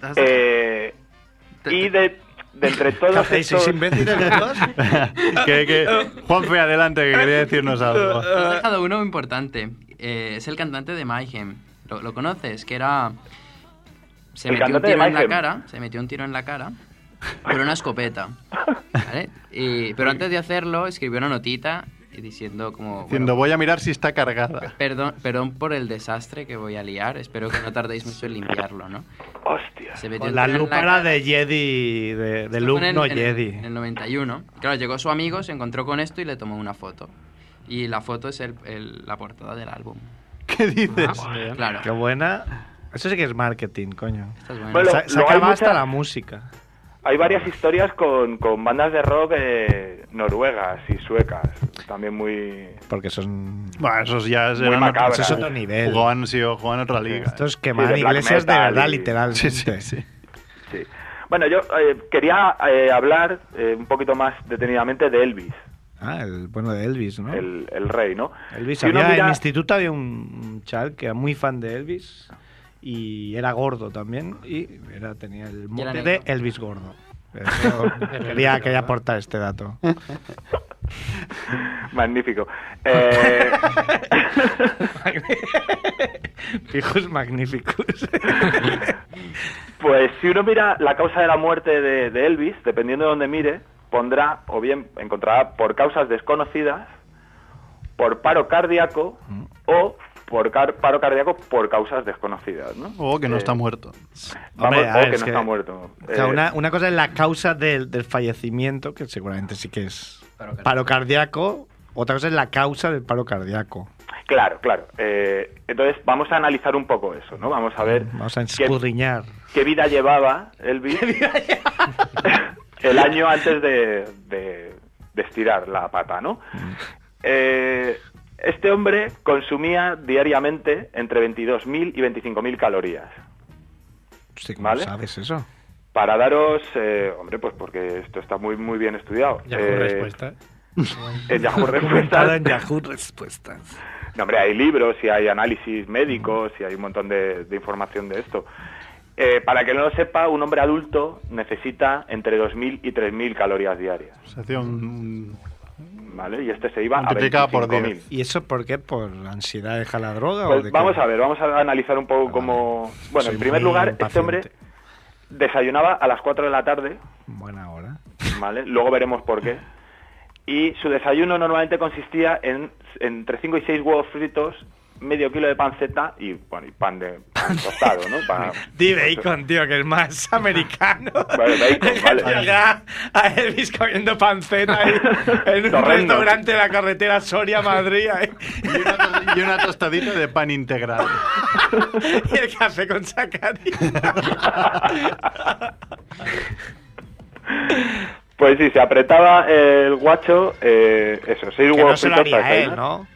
Speaker 6: Te has dejado-
Speaker 9: Eh,
Speaker 6: Te-
Speaker 9: y de, de entre todos estos-
Speaker 8: imbéciles los dos?
Speaker 1: que, que... Juanfe, adelante, que quería decirnos algo.
Speaker 6: Te
Speaker 9: Eh.
Speaker 6: has dejado uno importante. Eh, es el cantante de Mayhem. ¿Lo, lo conoces? Que era... Se
Speaker 9: El
Speaker 6: metió un
Speaker 9: cantante de
Speaker 6: tiro en la
Speaker 9: Mayhem.
Speaker 6: cara. Se metió un tiro en la cara. Con una escopeta. ¿Vale? Y- pero antes de hacerlo, escribió una notita y diciendo como... bueno,
Speaker 1: Diciendo, voy a mirar si está cargada.
Speaker 6: Perdón, perdón por el desastre que voy a liar. Espero que no tardéis mucho en limpiarlo, ¿no?
Speaker 9: Hostia.
Speaker 6: Se metió
Speaker 8: Con
Speaker 6: un
Speaker 8: la
Speaker 6: tiro en
Speaker 8: lupa
Speaker 6: cara.
Speaker 8: era de Jedi, de, de
Speaker 6: Esto
Speaker 8: Luke
Speaker 6: fue en-
Speaker 8: no
Speaker 6: en-
Speaker 8: Jedi.
Speaker 6: En el 91. Claro, llegó su amigo, se encontró con esto y le tomó una foto. Y la foto es el- el- la portada del álbum. Ah,
Speaker 1: ¿Qué dices?
Speaker 2: Bien.
Speaker 6: Claro.
Speaker 8: Qué buena. Eso sí que es marketing, coño.
Speaker 6: Esta es buena.
Speaker 9: Bueno,
Speaker 8: se se
Speaker 9: luego hay
Speaker 8: acaba hasta
Speaker 9: mucha-
Speaker 8: la música.
Speaker 9: Hay varias historias con, con bandas de rock eh, noruegas y suecas. también muy...
Speaker 8: Porque son.
Speaker 1: Bueno, esos ya
Speaker 9: Muy
Speaker 1: eran
Speaker 9: macabras.
Speaker 1: otros-
Speaker 9: Eso es
Speaker 8: otro nivel.
Speaker 1: Jugaban, sí, o jugaban otra liga.
Speaker 8: Esto es
Speaker 9: ¿eh? Sí,
Speaker 8: quemar
Speaker 9: de black
Speaker 8: iglesias de
Speaker 9: metal
Speaker 8: verdad,
Speaker 9: y-
Speaker 1: Sí,
Speaker 8: literalmente.
Speaker 1: sí, sí.
Speaker 9: sí. Bueno, yo eh, quería eh, hablar eh, un poquito más detenidamente de Elvis,
Speaker 8: Ah, el bueno de Elvis, ¿no?
Speaker 9: el, el rey, ¿no?
Speaker 8: Elvis,
Speaker 9: Si uno
Speaker 8: había- en
Speaker 9: mira-
Speaker 8: mi instituto había un chal que era muy fan de Elvis y era gordo también y era, tenía el mote
Speaker 6: negro.
Speaker 8: de Elvis gordo. Eso- quería, quería aportar este dato.
Speaker 9: Magnífico. Eh,
Speaker 8: Fijos magníficos.
Speaker 9: Pues si uno mira la causa de la muerte de, de Elvis, dependiendo de donde mire, pondrá o bien encontrará por causas desconocidas, por paro cardíaco
Speaker 8: Mm.
Speaker 9: o por car- paro cardíaco por causas desconocidas, ¿no?
Speaker 8: Oh,
Speaker 1: O que no
Speaker 9: Eh,
Speaker 1: está muerto.
Speaker 9: Vamos,
Speaker 8: Hombre, a
Speaker 9: o
Speaker 8: ver,
Speaker 9: que
Speaker 8: es
Speaker 9: no
Speaker 8: que-
Speaker 9: está muerto.
Speaker 8: O sea,
Speaker 9: Eh,
Speaker 8: una, una cosa es la causa del, del fallecimiento, que seguramente sí que es
Speaker 6: Paro cardíaco.
Speaker 8: paro cardíaco. Otra cosa es la causa del paro cardíaco.
Speaker 9: Claro, claro. Eh, entonces vamos a analizar un poco eso, ¿no? Vamos a ver
Speaker 8: Vamos a
Speaker 9: qué,
Speaker 8: escudriñar.
Speaker 9: qué vida llevaba Elvis el año antes de, de- de estirar la pata, ¿no? Eh, este hombre consumía diariamente entre 22.000 y 25.000 calorías.
Speaker 8: Sí, ¿cómo
Speaker 9: ¿Vale?
Speaker 8: sabes eso?
Speaker 9: Para daros, eh, hombre, pues porque esto está muy muy bien estudiado.
Speaker 2: Ya
Speaker 9: Eh,
Speaker 2: con respuesta.
Speaker 9: En Yahoo
Speaker 8: Comentado
Speaker 9: Respuestas.
Speaker 8: en Yahoo Respuestas.
Speaker 9: No, hombre, hay libros y hay análisis médicos y hay un montón de, de información de esto. Eh, para que no lo sepa, un hombre adulto necesita entre 2.000 y 3.000 calorías diarias,
Speaker 1: Se hacía un-
Speaker 9: ¿vale? Y este se iba a
Speaker 1: Multiplica por
Speaker 9: 25.000.
Speaker 1: 10.
Speaker 8: ¿Y eso por qué? ¿Por ansiedad deja la droga? o
Speaker 9: Pues
Speaker 8: de qué?
Speaker 9: vamos a ver, vamos a analizar un poco
Speaker 8: Ah, Vale.
Speaker 9: cómo... Bueno,
Speaker 8: Soy
Speaker 9: en primer
Speaker 8: muy
Speaker 9: lugar, este
Speaker 8: impaciente.
Speaker 9: hombre desayunaba a las 4 de la tarde,
Speaker 8: Buena hora.
Speaker 9: ¿vale? Luego veremos por qué. Y su desayuno normalmente consistía en entre 5 y 6 huevos fritos, medio kilo de panceta y, bueno, y pan de pan tostado, ¿no? Pa-
Speaker 8: Di bacon, tío, que es más americano.
Speaker 9: Vale, bacon, vale.
Speaker 8: Llega a Elvis comiendo panceta ahí en un
Speaker 9: Torrendo.
Speaker 8: restaurante de la carretera Soria-Madrid. ahí.
Speaker 1: Y una, to- y una tostadita de pan integral.
Speaker 8: Y el café con sacarina.
Speaker 9: Pues sí, se apretaba eh, el guacho, eh, eso, seis
Speaker 8: que
Speaker 9: huevos
Speaker 8: no se lo
Speaker 9: fritos para
Speaker 8: haría él,
Speaker 9: desayunar.
Speaker 8: ¿no?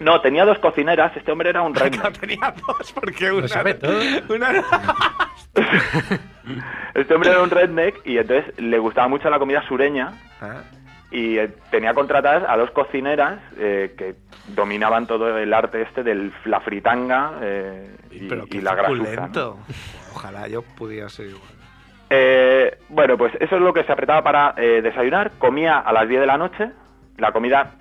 Speaker 9: No, tenía dos cocineras, este hombre era un rey.
Speaker 8: No tenía dos, porque una...
Speaker 2: sabe todo.
Speaker 8: una-
Speaker 9: Este hombre era un redneck y entonces le gustaba mucho la comida sureña y eh, tenía contratadas a dos cocineras eh, que dominaban todo el arte este de la fritanga eh, y,
Speaker 8: Pero
Speaker 9: y
Speaker 8: qué
Speaker 9: la grasuza. ¿no?
Speaker 8: suculento. Ojalá yo pudiera ser igual.
Speaker 9: Eh, bueno, pues eso es lo que se apretaba para eh, desayunar. Comía a las 10 de la noche. La comida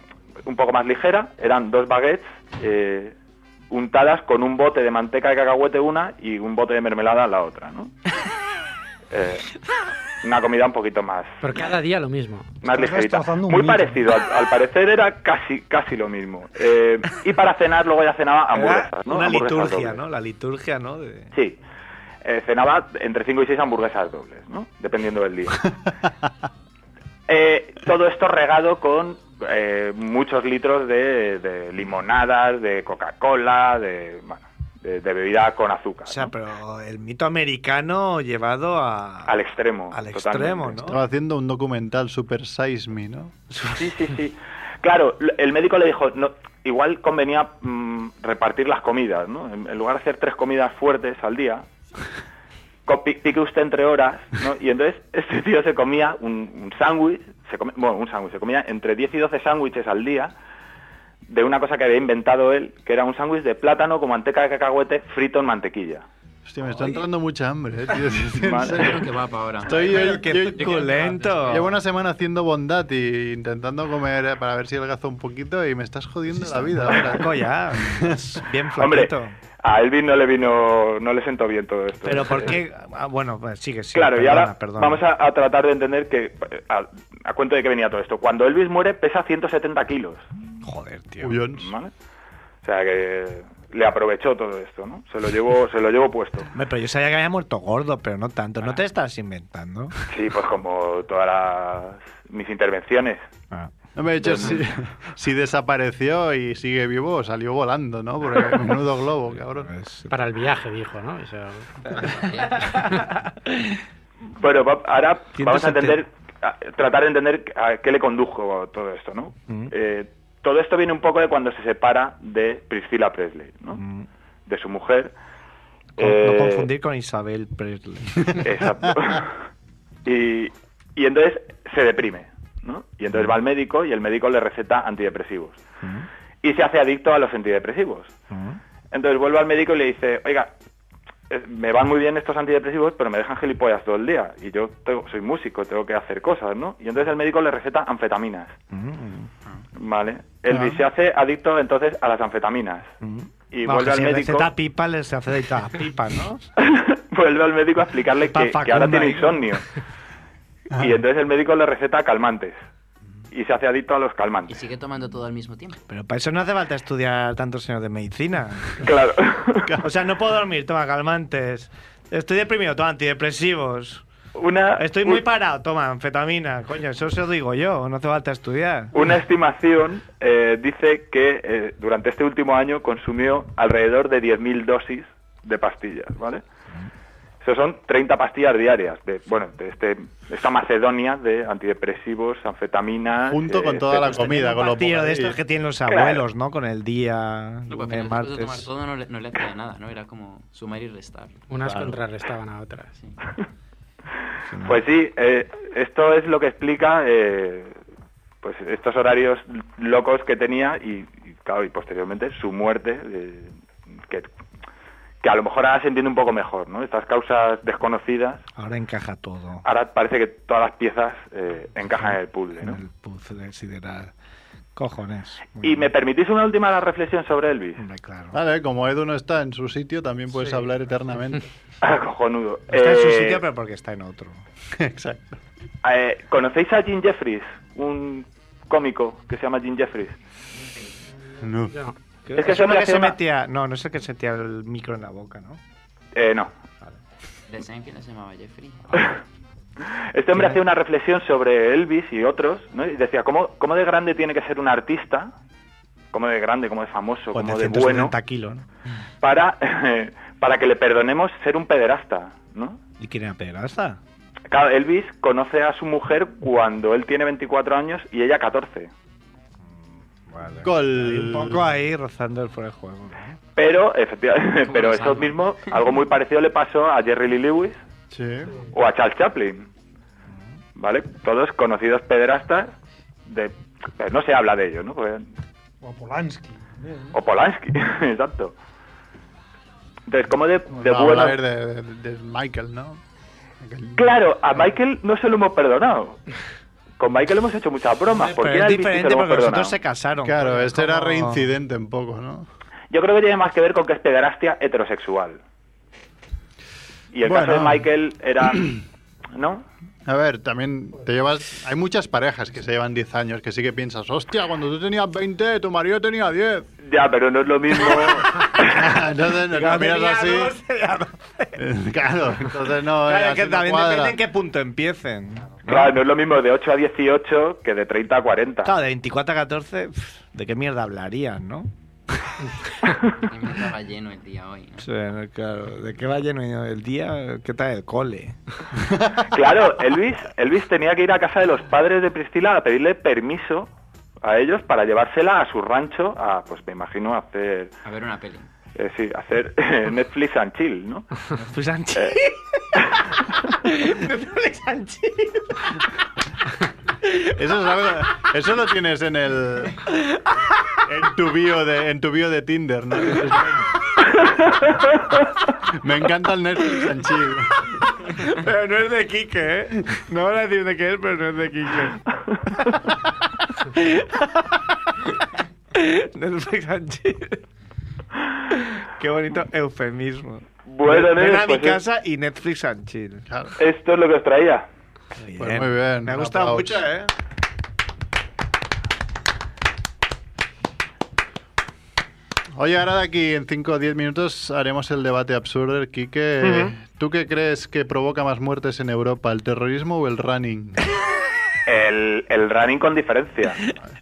Speaker 9: un poco más ligera. Eran dos baguettes eh, untadas con un bote de manteca de cacahuete una y un bote de mermelada la otra, ¿no? Eh, una comida un poquito más,
Speaker 2: Por cada día lo mismo.
Speaker 9: más
Speaker 3: Estás
Speaker 9: ligerita.
Speaker 3: destrozando un
Speaker 9: Muy
Speaker 3: mito.
Speaker 9: parecido. Al, al parecer era casi casi lo mismo. Eh, y para cenar luego ya cenaba hamburguesas, ¿no?
Speaker 8: Una
Speaker 9: Hamburguesas
Speaker 8: liturgia,
Speaker 9: dobles.
Speaker 8: ¿no? La liturgia, ¿no? De...
Speaker 9: Sí. Eh, cenaba entre 5 y 6 hamburguesas dobles, ¿no? Dependiendo del día. Eh, todo esto regado con eh, muchos litros de, de limonadas, de Coca-Cola, de, bueno, de, de bebida con azúcar.
Speaker 8: O sea,
Speaker 9: ¿no?
Speaker 8: pero el mito americano llevado a...
Speaker 9: Al extremo.
Speaker 8: al
Speaker 9: totalmente.
Speaker 8: extremo, ¿no?
Speaker 1: Estaba haciendo un documental Super Size Me, ¿no?
Speaker 9: Sí, sí, sí. Claro, l- el médico le dijo, no, igual convenía mm, repartir las comidas, ¿no? En, en lugar de hacer tres comidas fuertes al día, co- pi- pique usted entre horas, ¿no? Y entonces este tío se comía un, un sándwich, se come- bueno, un sándwich, se comía entre 10 y 12 sándwiches al día de una cosa que había inventado él, que era un sándwich de plátano con manteca de cacahuete frito en mantequilla.
Speaker 1: Hostia, me está entrando mucha hambre, eh, tío. En
Speaker 9: Vale.
Speaker 1: serio.
Speaker 6: Creo que va para ahora.
Speaker 1: Estoy yo,
Speaker 8: Pero qué suculento.
Speaker 1: Llevo una semana haciendo bondad y intentando comer eh, para ver si adelgazo un poquito y me estás jodiendo la vida
Speaker 8: Flaco
Speaker 1: ahora.
Speaker 8: ya, es bien
Speaker 9: Hombre,
Speaker 8: flaquito.
Speaker 9: a Elvin no le vino, no le sentó bien todo esto. Eh,
Speaker 8: Pero ¿por qué? Ah, bueno, pues sigue, sigue.
Speaker 9: pues, Claro,
Speaker 8: perdona,
Speaker 9: y ahora
Speaker 8: perdona.
Speaker 9: vamos a, a tratar de entender que a, a cuento de que venía todo esto. Cuando Elvis muere pesa 170 kilos,
Speaker 8: Joder, tío.
Speaker 1: Ullons.
Speaker 9: ¿vale? O sea que le aprovechó todo esto, ¿no? Se lo llevó, se lo llevó puesto.
Speaker 8: Hombre, pero yo sabía que había muerto gordo, pero no tanto.
Speaker 9: Ah.
Speaker 8: No te estás inventando.
Speaker 9: Sí, pues como todas las- mis intervenciones.
Speaker 8: Ah.
Speaker 1: No me he hecho si, si desapareció y sigue vivo, salió volando, ¿no? Porque menudo globo, cabrón.
Speaker 8: pues,
Speaker 2: Para el viaje, dijo, ¿no? Eso-
Speaker 6: Eh,
Speaker 9: Bueno, va- ahora vamos
Speaker 8: 170.
Speaker 9: a entender, a- tratar de entender a qué le condujo todo esto, ¿no?
Speaker 8: Ujú.
Speaker 9: Eh, todo esto viene un poco de cuando se separa de Priscilla Presley, ¿no?
Speaker 8: Mm.
Speaker 9: De su mujer.
Speaker 8: Con-
Speaker 9: Eh,
Speaker 8: No confundir con Isabel Presley.
Speaker 9: Exacto. y, y entonces se deprime, ¿no? Y entonces va al médico y el médico le receta antidepresivos.
Speaker 8: Mm,
Speaker 9: Y se hace adicto a los antidepresivos. Entonces vuelve al médico y le dice, oiga, eh, me van muy bien estos antidepresivos, pero me dejan gilipollas todo el día. Y yo tengo- soy músico, tengo que hacer cosas, ¿no? Y entonces el médico le receta anfetaminas, ¿vale? Elvis
Speaker 1: Ah.
Speaker 9: se hace adicto entonces a las anfetaminas. Y vuelve al médico...
Speaker 8: receta pipa, le se hace de esta pipa, ¿no?
Speaker 9: vuelve al médico a explicarle que,
Speaker 8: Papá
Speaker 9: que ahora
Speaker 8: con
Speaker 9: tiene
Speaker 8: Mike.
Speaker 9: insomnio.
Speaker 8: Ah.
Speaker 9: Y entonces el médico le receta calmantes. Y se hace adicto a los
Speaker 6: Y
Speaker 9: calmantes.
Speaker 6: sigue tomando todo al mismo tiempo.
Speaker 8: Pero para eso no hace falta estudiar tantos años de medicina.
Speaker 9: Claro.
Speaker 8: O sea, no puedo dormir, toma calmantes. Estoy deprimido, toma antidepresivos.
Speaker 9: Una,
Speaker 8: Estoy muy
Speaker 9: un-
Speaker 8: parado, toma anfetamina. Coño, eso se lo digo yo, no hace falta estudiar.
Speaker 9: Una estimación eh, dice que eh, durante este último año consumió alrededor de 10.000 dosis de pastillas, ¿vale? Eso son 30 pastillas diarias de, bueno, de este, esta macedonia de antidepresivos,
Speaker 8: Ah,
Speaker 9: anfetaminas...
Speaker 1: Junto
Speaker 9: eh,
Speaker 1: con toda la
Speaker 9: etcétera.
Speaker 1: comida, con los
Speaker 8: Tío, de
Speaker 1: bocadillos.
Speaker 8: estos que tienen los
Speaker 9: Claro.
Speaker 8: abuelos, ¿no? Con el día,
Speaker 6: No, pues, mira, después de
Speaker 8: el
Speaker 6: tomar
Speaker 8: martes.
Speaker 6: todo no le, no le hacía nada, ¿no? Era como sumar y restar.
Speaker 2: Unas contrarrestaban a otras.
Speaker 6: Sí.
Speaker 9: Pues sí, eh, esto es lo que explica eh, pues estos horarios locos que tenía y, y, claro, y posteriormente su muerte, eh, que, que a lo mejor ahora se entiende un poco mejor, ¿no? Estas causas desconocidas,
Speaker 8: Ahora encaja todo.
Speaker 9: ahora parece que todas las piezas eh, encajan Ah, en el puzzle,
Speaker 8: En
Speaker 9: ¿no?
Speaker 8: el puzzle sideral. Cojones.
Speaker 9: Y me permitís una última reflexión sobre Elvis.
Speaker 8: Hombre, claro.
Speaker 1: Vale, como Edu no está en su sitio, también puedes hablar eternamente.
Speaker 9: Ah, Cojonudo.
Speaker 8: Mm. Está en su
Speaker 9: Eh,
Speaker 8: sitio, pero porque está en otro.
Speaker 1: Exacto.
Speaker 9: eh, ¿Conocéis a Jim Jeffries? Un cómico que se llama Jim Jeffries.
Speaker 1: No.
Speaker 2: Yo no.
Speaker 9: Es que
Speaker 8: es uno
Speaker 9: se
Speaker 8: que se
Speaker 9: relaciona-
Speaker 8: metía. No, no es el que se metía el micro en la boca, ¿no?
Speaker 1: Pues
Speaker 9: Eh, no,
Speaker 6: ¿De Seinfeld no se llamaba Jeffrey?
Speaker 9: Este hombre hacía una reflexión sobre Elvis y otros, ¿no? Y decía, ¿cómo, ¿cómo de grande tiene que ser un artista? ¿Cómo de grande, cómo de famoso,
Speaker 8: Con
Speaker 9: cómo Pues de bueno?
Speaker 8: kilos, ¿no?
Speaker 9: Para, para que le perdonemos ser un pederasta, ¿no?
Speaker 8: ¿Y quién era pederasta?
Speaker 9: Claro, Elvis conoce a su mujer cuando él tiene 24 años y ella 14.
Speaker 8: Vale. Hay
Speaker 1: Gol.
Speaker 8: Un poco ahí rozando el fuera de juego. ¿no?
Speaker 9: Pero, efectivamente,
Speaker 6: ¿Cómo
Speaker 9: pero
Speaker 6: lo
Speaker 9: eso
Speaker 6: sabe?
Speaker 9: mismo, algo muy parecido le pasó a Jerry Lee Lewis
Speaker 1: Sí.
Speaker 9: o a Charles Chaplin. ¿Vale? Todos conocidos pederastas de... pero no se habla de ello, ¿no? Porque
Speaker 3: O Polanski. también, ¿no?
Speaker 9: O Polanski, exacto. Entonces, ¿cómo de, de
Speaker 1: Vamos a
Speaker 9: bueno?
Speaker 1: hablar de, de- de Michael, ¿no? Michael-
Speaker 9: Claro, a Michael no se lo hemos perdonado. Con Michael hemos hecho muchas bromas. ¿Por
Speaker 8: Pero
Speaker 9: qué
Speaker 8: es
Speaker 9: al Bici
Speaker 8: diferente
Speaker 9: se lo
Speaker 8: porque
Speaker 9: hemos
Speaker 8: los
Speaker 9: perdonado?
Speaker 8: otros se casaron.
Speaker 1: Claro,
Speaker 8: Como-
Speaker 1: este era reincidente un poco, ¿no?
Speaker 9: Yo creo que tiene más que ver con que es pederastia heterosexual. Y el caso
Speaker 1: Bueno.
Speaker 9: de Michael era... ¿No?
Speaker 1: A ver, también te llevas. Hay muchas parejas que se llevan 10 años que sí que piensas, hostia, cuando tú tenías 20, tu marido tenía 10.
Speaker 9: Ya, pero no es lo mismo.
Speaker 1: entonces no, no miras así. claro, entonces no.
Speaker 8: Claro,
Speaker 1: eh,
Speaker 8: es que
Speaker 1: así no
Speaker 8: también
Speaker 1: cuadra.
Speaker 8: depende en qué punto empiecen.
Speaker 9: claro, no es lo mismo de 8 a 18 que de 30 a 40.
Speaker 8: Claro, de 24 a 14, pf, ¿de qué mierda hablarían, no?
Speaker 6: Y me estaba lleno el día hoy, ¿no?
Speaker 8: O sea, claro, ¿de qué va lleno el día? ¿Qué tal el cole?
Speaker 9: Claro, Elvis, Elvis tenía que ir a casa de los padres de Priscila a pedirle permiso a ellos para llevársela a su rancho a, pues me imagino, hacer,
Speaker 6: A ver una peli.
Speaker 9: eh, sí, hacer eh, Netflix and chill, ¿no?
Speaker 8: Pues Sanchi. Me pone Sanchi.
Speaker 1: Eso, es algo- eso lo tienes en el. En tu bio de, en tu bio de Tinder, ¿no? Me encanta el Netflix en chill.
Speaker 8: Pero no es de Quique, ¿eh? No voy a decir de qué es, pero no es de Quique. Netflix and chill. Qué bonito eufemismo.
Speaker 9: Bueno,
Speaker 8: Ven- Ven
Speaker 9: Neves,
Speaker 8: a mi
Speaker 9: pues es-
Speaker 8: casa y Netflix and chill.
Speaker 1: Claro.
Speaker 9: Esto es lo que os traía.
Speaker 1: Pues muy bien.
Speaker 8: Me ha
Speaker 1: un
Speaker 8: gustado
Speaker 1: aplauso.
Speaker 8: mucho, ¿eh?
Speaker 1: Oye, ahora de aquí en 5 o 10 minutos haremos el debate absurdo. Quique, ¿tú qué crees que provoca más muertes en Europa, el terrorismo o el running?
Speaker 9: El, el running con diferencia.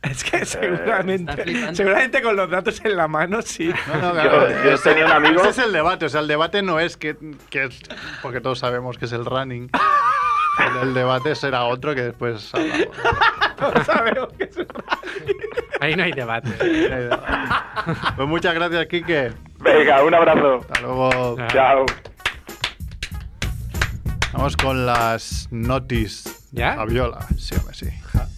Speaker 8: Es que
Speaker 6: Está
Speaker 8: seguramente,
Speaker 6: flipando.
Speaker 8: seguramente con los datos en la mano sí.
Speaker 1: No, no,
Speaker 9: Yo- yo
Speaker 1: ese-
Speaker 9: tenía un amigo-
Speaker 1: Ese es el debate. O sea, el debate no es que, que es- Porque todos sabemos que es el running. El, el debate será otro que después hablamos.
Speaker 8: No sabemos qué es
Speaker 2: Ahí no hay debate.
Speaker 1: Pues muchas gracias, Quique.
Speaker 9: Venga, un abrazo.
Speaker 1: Hasta luego.
Speaker 2: Ah,
Speaker 9: Chao.
Speaker 1: Vamos con las notis.
Speaker 2: ¿Ya?
Speaker 1: A viola. Sí, hombre, sí.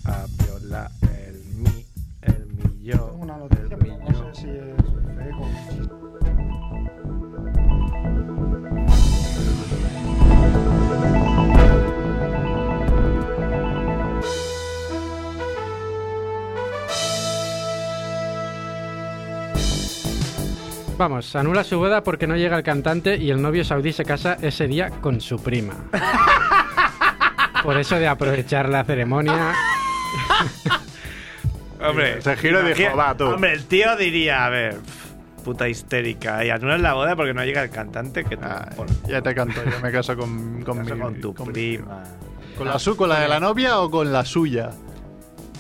Speaker 10: A viola el mi, el mi yo.
Speaker 3: Tengo una noticia, pero no sé si es de eco.
Speaker 2: Vamos, anula su boda porque no llega el cantante y el novio saudí se casa ese día con su prima. Por eso de aprovechar la ceremonia.
Speaker 8: Hombre,
Speaker 1: Se giró y dijo, va, tú.
Speaker 8: Hombre, el tío diría, a ver, pf, puta histérica. Y anulas la boda porque no llega el cantante que te
Speaker 1: Ay,
Speaker 8: por-
Speaker 1: Ah, ya te canto, yo me caso con, con,
Speaker 8: caso
Speaker 1: mi-
Speaker 8: con tu
Speaker 1: con-
Speaker 8: prima.
Speaker 1: ¿Con la su, con la de la novia o con la suya?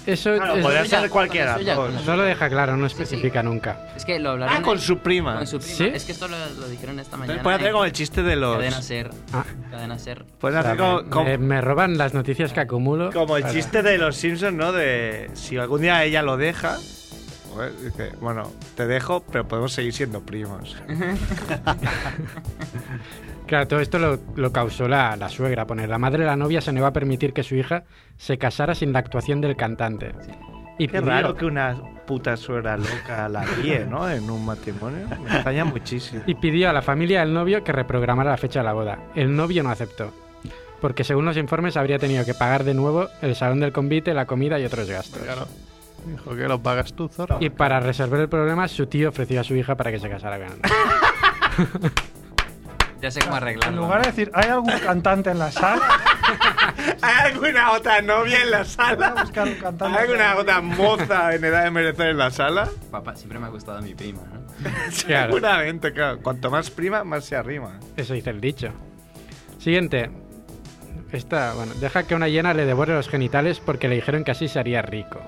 Speaker 2: Eso
Speaker 8: Claro,
Speaker 2: es-
Speaker 8: podría
Speaker 6: suya,
Speaker 8: ser cualquiera.
Speaker 6: con la suya,
Speaker 8: ¿no?
Speaker 6: con la
Speaker 2: no lo deja claro, no
Speaker 6: sí.
Speaker 2: especifica nunca.
Speaker 6: Es que lo hablaron.
Speaker 8: Ah, con
Speaker 6: en-
Speaker 8: su prima.
Speaker 6: con su prima.
Speaker 2: ¿Sí?
Speaker 6: Es que esto lo, lo dijeron esta mañana.
Speaker 8: Entonces pueden hacer
Speaker 6: en
Speaker 8: como el chiste de los.
Speaker 6: Cadena ser.
Speaker 2: Ah.
Speaker 6: Cadena ser.
Speaker 8: Pueden hacer como, como-
Speaker 2: Eh, me roban las noticias que acumulo.
Speaker 8: como el chiste de los Simpsons, ¿no? De si algún día ella lo deja. pues, dice, bueno, te dejo, pero podemos seguir siendo primos.
Speaker 2: Claro, todo esto lo, lo causó la, la suegra. Poner la madre de la novia se negó a permitir que su hija se casara sin la actuación del cantante. Y
Speaker 8: Qué
Speaker 2: pidió-
Speaker 8: raro que una puta suegra loca la guíe, ¿no? En un matrimonio. Me extraña muchísimo.
Speaker 2: y pidió a la familia del novio que reprogramara la fecha de la boda. El novio no aceptó, porque según los informes habría tenido que pagar de nuevo el salón del convite, la comida y otros gastos.
Speaker 1: Claro. Dijo que lo pagas tú, zorro.
Speaker 2: Y para resolver el problema, su tío ofreció a su hija para que se casara con él.
Speaker 6: Ya sé cómo
Speaker 3: Ah, En
Speaker 6: arreglarlo.
Speaker 3: lugar de decir, ¿hay algún cantante en la sala?
Speaker 8: ¿Hay alguna otra novia en la
Speaker 3: Voy a
Speaker 8: sala?
Speaker 3: buscar un
Speaker 8: ¿Hay
Speaker 3: cantante.
Speaker 8: alguna otra moza en edad de merecer en la sala?
Speaker 6: Papá, siempre me ha gustado mi prima, ¿no?
Speaker 2: Claro.
Speaker 8: Seguramente, claro. Cuanto más prima, más se arrima.
Speaker 2: Eso dice el dicho. Siguiente. Esta, bueno, deja que una hiena le devore los genitales porque le dijeron que así se haría rico.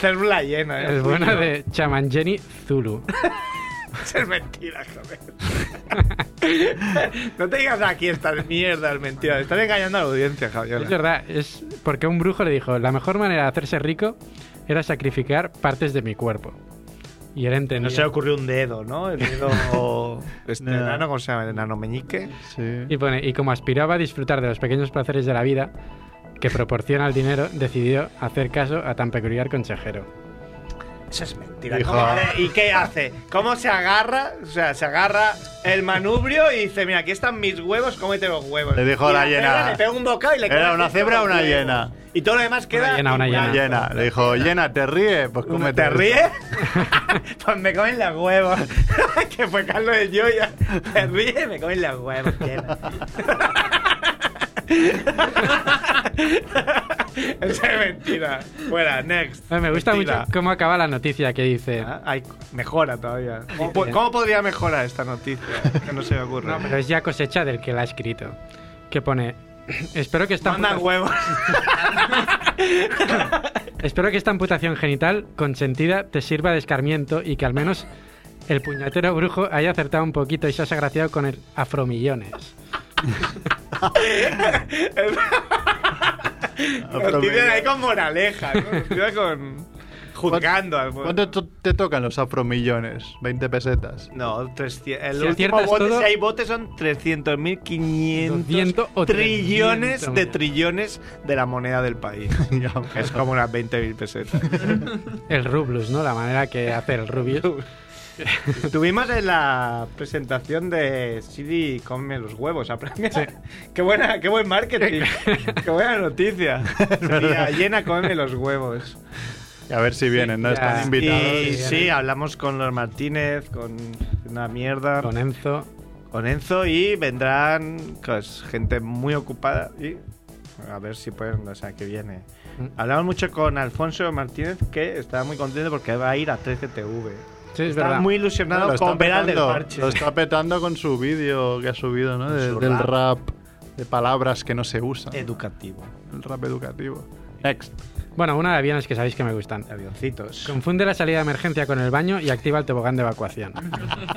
Speaker 8: Célula llena, ¿eh?
Speaker 2: El bueno de Chamangeni Zulu.
Speaker 8: Eso es mentira, joder. no te digas "Ah, aquí estas mierdas, mentiras. Estás engañando a la audiencia,
Speaker 2: Es
Speaker 8: Javier.
Speaker 2: verdad, es porque un brujo le dijo, la mejor manera de hacerse rico era sacrificar partes de mi cuerpo. Y él entendió.
Speaker 8: No se le ocurrió un dedo, ¿no? El dedo. Este
Speaker 1: No.
Speaker 8: enano, ¿cómo se llama? El enano meñique.
Speaker 1: Sí.
Speaker 2: Y pone, y como aspiraba a disfrutar de los pequeños placeres de la vida que proporciona el dinero, decidió hacer caso a tan peculiar consejero.
Speaker 8: Eso es mentira.
Speaker 1: Hijo.
Speaker 8: ¿Cómo hace- ¿Y qué hace? ¿Cómo se agarra? O sea, se agarra el manubrio y dice, mira, aquí están mis huevos, cómete los huevos.
Speaker 1: Le dijo
Speaker 8: Y
Speaker 1: la
Speaker 8: cebra
Speaker 1: hiena.
Speaker 8: Le pega un bocado y le
Speaker 1: ¿Era
Speaker 8: come
Speaker 1: una
Speaker 8: justo
Speaker 1: cebra o
Speaker 8: los
Speaker 1: una
Speaker 8: huevos.
Speaker 1: hiena?
Speaker 8: Y todo lo demás queda...
Speaker 2: Una hiena, una hiena.
Speaker 1: Una llena. Le dijo, llena, ¿te ríes? Pues
Speaker 8: ¿Cómo
Speaker 1: cómete.
Speaker 8: te
Speaker 1: esto.
Speaker 8: ríes? pues me comen las huevos. que fue Carlos de Joya. Te ríes, me comen las huevos. hiena. Eso es mentira. Fuera,
Speaker 2: Ay,
Speaker 8: next.
Speaker 2: Eh, Pues me gusta
Speaker 8: Mentira.
Speaker 2: mucho cómo acaba la noticia que dice...
Speaker 8: Ah, hay- mejora todavía. ¿Cómo, po- cómo podría mejorar esta noticia? Que no se me ocurre.
Speaker 2: eh. No, pero es ya cosecha del que la ha escrito. Que pone... Espero que esta
Speaker 8: Manda
Speaker 2: puta-
Speaker 8: huevos.
Speaker 2: Espero que esta amputación genital consentida te sirva de escarmiento y que al menos el puñetero brujo haya acertado un poquito y se has agraciado con el afromillones.
Speaker 8: Los tiran Pues ahí con moraleja. ¿no? Los tiran con. juzgando al
Speaker 1: ¿Cuánto to- te tocan los afromillones? 20 pesetas.
Speaker 8: No, 300, el
Speaker 2: Si
Speaker 8: último
Speaker 2: aciertas
Speaker 8: bote,
Speaker 2: todo-
Speaker 8: si hay botes, son 300.500
Speaker 2: 200 o 300
Speaker 8: trillones de
Speaker 2: millones.
Speaker 8: trillones de la moneda del país.
Speaker 1: Ya,
Speaker 8: es como unas 20.000 pesetas.
Speaker 2: El rublus, ¿no? La manera que hace el rubius.
Speaker 8: Tuvimos en la presentación de Siri come los huevos. aprende. qué, buena, qué buen marketing. qué buena noticia. Siri, llena come los huevos. Ah,
Speaker 1: Y a ver si vienen, ¿no?
Speaker 2: ya.
Speaker 1: Están invitados.
Speaker 8: Y
Speaker 2: sí,
Speaker 8: sí,
Speaker 2: ya.
Speaker 8: hablamos con los Martínez, con una mierda.
Speaker 2: Con Enzo.
Speaker 8: con Enzo y vendrán pues, gente muy ocupada y a ver si pueden, o sea, que viene.
Speaker 2: Mm.
Speaker 8: Hablamos mucho con Alfonso Martínez que está muy contento porque va a ir a 13TV.
Speaker 2: Sí, es
Speaker 8: está
Speaker 2: verdad.
Speaker 8: muy
Speaker 1: Bueno,
Speaker 8: ilusionado
Speaker 1: lo
Speaker 8: con
Speaker 1: está
Speaker 8: Peral del
Speaker 1: petando,
Speaker 8: Parche.
Speaker 1: Lo está petando con su vídeo que ha subido, ¿no? De-
Speaker 8: Su
Speaker 1: del
Speaker 8: rap.
Speaker 1: rap, de palabras que no se usan.
Speaker 8: Educativo.
Speaker 1: El rap educativo. Next.
Speaker 2: Bueno, una de aviones que sabéis que me gustan.
Speaker 8: Avioncitos.
Speaker 2: Confunde la salida de emergencia con el baño y activa el tobogán de evacuación.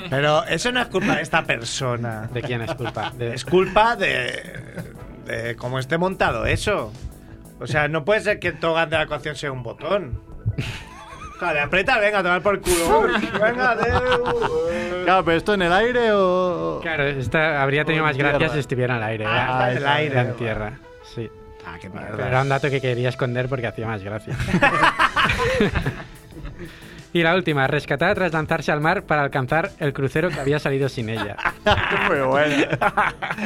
Speaker 8: Pero eso no es culpa de esta persona.
Speaker 2: ¿De quién es culpa? De-
Speaker 8: Es culpa de, de cómo esté montado eso. O sea, no puede ser que todas de la ecuación sea un botón. Vale, aprieta, venga, a tomar por culo. Venga, de...
Speaker 1: Claro, pero esto en el aire o.
Speaker 2: Claro, esta habría tenido
Speaker 1: O en
Speaker 2: más gracia
Speaker 1: tierra.
Speaker 2: si estuviera en el aire. era-
Speaker 8: Ah, está en el
Speaker 2: era
Speaker 8: aire,
Speaker 2: En
Speaker 8: vale.
Speaker 2: tierra, sí.
Speaker 8: Ah, qué
Speaker 2: Pero era un dato que quería esconder porque hacía más gracia. y la última, rescatada tras lanzarse al mar para alcanzar el crucero que había salido sin ella.
Speaker 1: Pero bueno.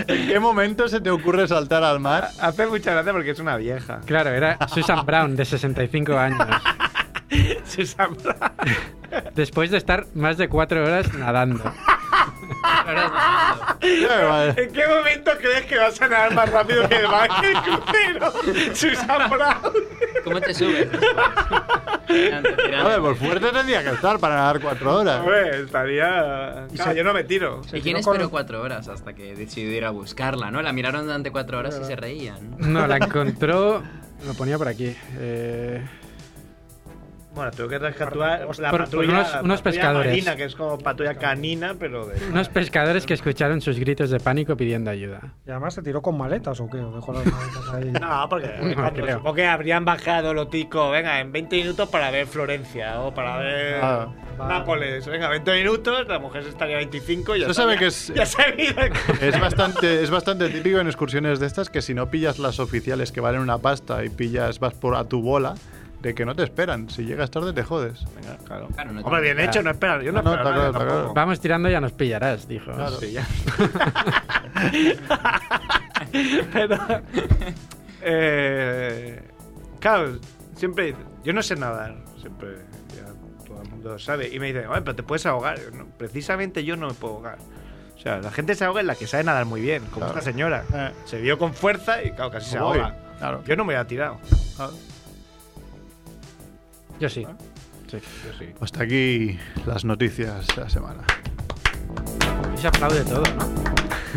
Speaker 1: ¿En qué momento se te ocurre saltar al mar?
Speaker 8: Hace mucha gracia porque es una vieja.
Speaker 2: Claro, era Susan Brown, de 65 años.
Speaker 8: Susan Brown.
Speaker 2: Después de estar más de cuatro horas nadando.
Speaker 3: Ah,
Speaker 8: ¿En qué momento crees que vas a nadar más rápido que el barco el crucero? Susan Brown.
Speaker 6: ¿Cómo te subes? Tirando,
Speaker 1: A ver,
Speaker 6: tirando.
Speaker 1: por fuerte tendría que estar para nadar cuatro horas.
Speaker 8: Hombre, estaría. Claro, yo no me tiro.
Speaker 6: ¿Y quién
Speaker 3: tiró con-
Speaker 6: esperó cuatro horas hasta que decidió ir a buscarla, no? La miraron durante cuatro horas y se reían.
Speaker 2: No, la encontró... Lo ponía por aquí. eh,
Speaker 8: Bueno, tengo que rescatar la
Speaker 2: por- por
Speaker 8: patrulla.
Speaker 2: unos-
Speaker 8: la
Speaker 2: unos
Speaker 8: patrulla
Speaker 2: pescadores.
Speaker 8: marina, que es como patrulla canina, pero de.
Speaker 2: unos pescadores que escucharon sus gritos de pánico pidiendo ayuda.
Speaker 3: Y además se tiró con maletas o qué, o dejó las maletas ahí.
Speaker 8: No, porque
Speaker 2: No creo.
Speaker 8: supongo que habrían bajado lo tico, venga, en 20 minutos para ver Florencia o para ver
Speaker 1: Ah.
Speaker 8: Nápoles. Venga, 20 minutos, la mujer estaría 25 y ya
Speaker 1: Yo
Speaker 8: está,
Speaker 1: sabe
Speaker 8: ya-
Speaker 1: que es-
Speaker 8: Ya se ha ido.
Speaker 1: Es bastante, es bastante típico en excursiones de estas que si no pillas las oficiales que valen una pasta y pillas, vas por a tu bola, de que no te esperan. Si llegas tarde te jodes. Ah,
Speaker 8: Claro.
Speaker 6: Claro, no
Speaker 8: Hombre, bien hecho, no esperan. Yo no,
Speaker 1: No, no,
Speaker 8: espero
Speaker 1: está
Speaker 8: nada
Speaker 1: claro, está
Speaker 8: tampoco.
Speaker 2: Vamos tirando, ya nos pillarás, dijo.
Speaker 1: Sí,
Speaker 8: Pero. Eh, claro, siempre. dice, Yo no sé nadar. Siempre. Ya todo el mundo sabe. Y me dicen, "Oye, pero te puedes ahogar. Yo no, precisamente yo no me puedo ahogar. O sea, la gente se ahoga en la que sabe nadar muy bien, como
Speaker 1: Claro.
Speaker 8: esta señora.
Speaker 1: Eh.
Speaker 8: Se vio con fuerza y, claro, casi se
Speaker 1: Voy.
Speaker 8: ahoga.
Speaker 1: pues Claro. Ah,
Speaker 8: Yo no me había tirado.
Speaker 2: Yo sí.
Speaker 8: Yo sí.
Speaker 1: Hasta aquí las noticias de la semana.
Speaker 2: Y se aplaude todo, ¿no?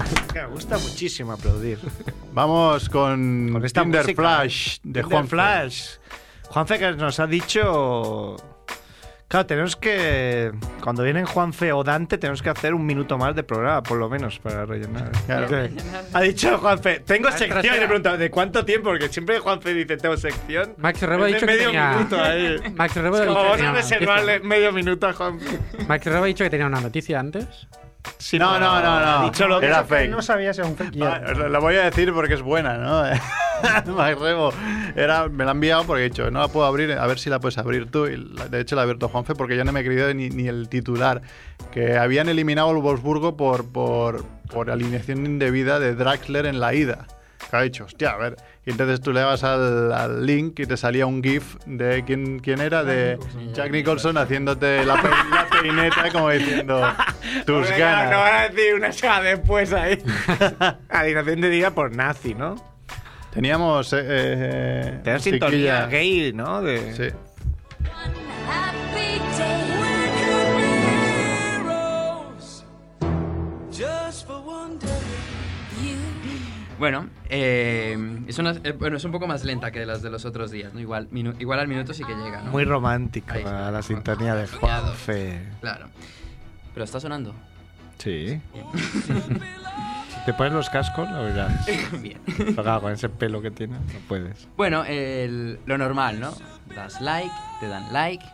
Speaker 8: Es que Me gusta muchísimo aplaudir.
Speaker 1: Vamos con,
Speaker 8: Con esta
Speaker 1: Tinder
Speaker 8: música.
Speaker 1: Flash de
Speaker 8: Tinder
Speaker 1: Juan
Speaker 8: Flash. Juanfe que nos ha dicho. Claro, tenemos que. Cuando vienen Juanfe o Dante, tenemos que hacer un minuto más de programa, por lo menos, para rellenar.
Speaker 1: Claro.
Speaker 8: Que- Ha dicho Juanfe, tengo
Speaker 2: Maestra
Speaker 8: sección. Y le
Speaker 2: Sara.
Speaker 8: he preguntado, ¿de cuánto tiempo? Porque siempre Juanfe dice, tengo sección.
Speaker 2: Max Rebo ha
Speaker 8: Es de
Speaker 2: dicho que
Speaker 8: medio
Speaker 2: tenía-
Speaker 8: minuto ahí.
Speaker 2: Max Rebo
Speaker 8: Es
Speaker 2: ha
Speaker 8: como
Speaker 2: dicho que
Speaker 8: vamos
Speaker 2: tenía
Speaker 8: a
Speaker 2: una
Speaker 8: reservarle
Speaker 2: noticia.
Speaker 8: medio minuto a Juanfe.
Speaker 2: Max Rebo ha dicho que tenía una noticia antes.
Speaker 8: Sí,
Speaker 1: No, no, no, no.
Speaker 8: Ha dicho lo que-
Speaker 1: Era
Speaker 3: Que
Speaker 1: fake.
Speaker 3: No sabía si era un fake. y
Speaker 1: Ah,
Speaker 3: era.
Speaker 1: la la voy a decir porque es buena, ¿no? Max Rebo. Era, me la ha enviado porque he dicho, no la puedo abrir, a ver si la puedes abrir tú. Y la- de hecho la ha abierto Juanfe porque yo no me he creído ni, ni el titular. Que habían eliminado el Wolfsburgo por, por, por alineación indebida de Draxler en la ida. Que ha dicho, hostia, a ver. Y entonces tú le dabas al, al link y te salía un GIF de quién, quién era, de Jack Nicholson haciéndote la, pe- la peineta como diciendo tus
Speaker 8: Venga,
Speaker 1: ganas.
Speaker 8: No van a decir una saga después ahí. Alineación de día por nazi, ¿no?
Speaker 1: Teníamos. Eh, eh,
Speaker 8: Tener
Speaker 1: musiquilla.
Speaker 8: sintonía gay, ¿no? De...
Speaker 1: Sí.
Speaker 7: Happy day when you're heroes. Just for one day. You
Speaker 6: Bueno, eh, es una- eh, bueno, es un poco más lenta que las de los otros días, ¿no? Igual, minu- igual al minuto sí que llega, ¿no?
Speaker 8: Muy romántica
Speaker 6: Ahí está.
Speaker 8: la sintonía de Juanfe.
Speaker 6: Claro. Pero está sonando.
Speaker 8: Sí. ¿Te pones los cascos? La verdad.
Speaker 6: Bien.
Speaker 8: Pero claro, con ese pelo que tienes, no puedes.
Speaker 6: Bueno, el- lo normal, ¿no? Das like, te dan like,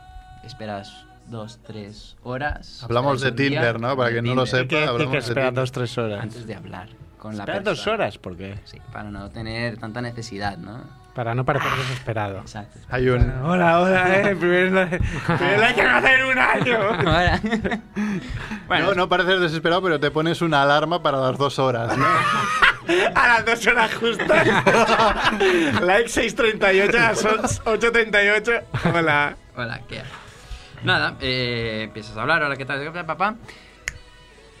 Speaker 6: esperas dos, tres horas.
Speaker 1: Hablamos de
Speaker 6: esperas un día,
Speaker 1: Tinder, ¿no? Para
Speaker 6: de
Speaker 1: que no lo
Speaker 6: Tinder,
Speaker 1: sepa, hablamos de Tinder.
Speaker 8: tres horas.
Speaker 6: Antes de hablar con la
Speaker 8: ¿Esperas
Speaker 6: persona.
Speaker 8: dos horas? ¿Por qué?
Speaker 6: Sí, para no tener tanta necesidad, ¿no?
Speaker 2: Para no parecer desesperado.
Speaker 6: Exacto.
Speaker 1: Hay un.
Speaker 8: Hola, hola, eh. Primer like primer like que no hace en un año.
Speaker 6: Ahora. bueno,
Speaker 1: No, no pareces desesperado, pero te pones una alarma para las dos horas, ¿no?
Speaker 8: A las dos horas justas. like 6.38, a las 8.38. Hola.
Speaker 6: Hola, ¿qué hay? Nada, eh, empiezas a hablar, hola, ¿qué tal? Papá.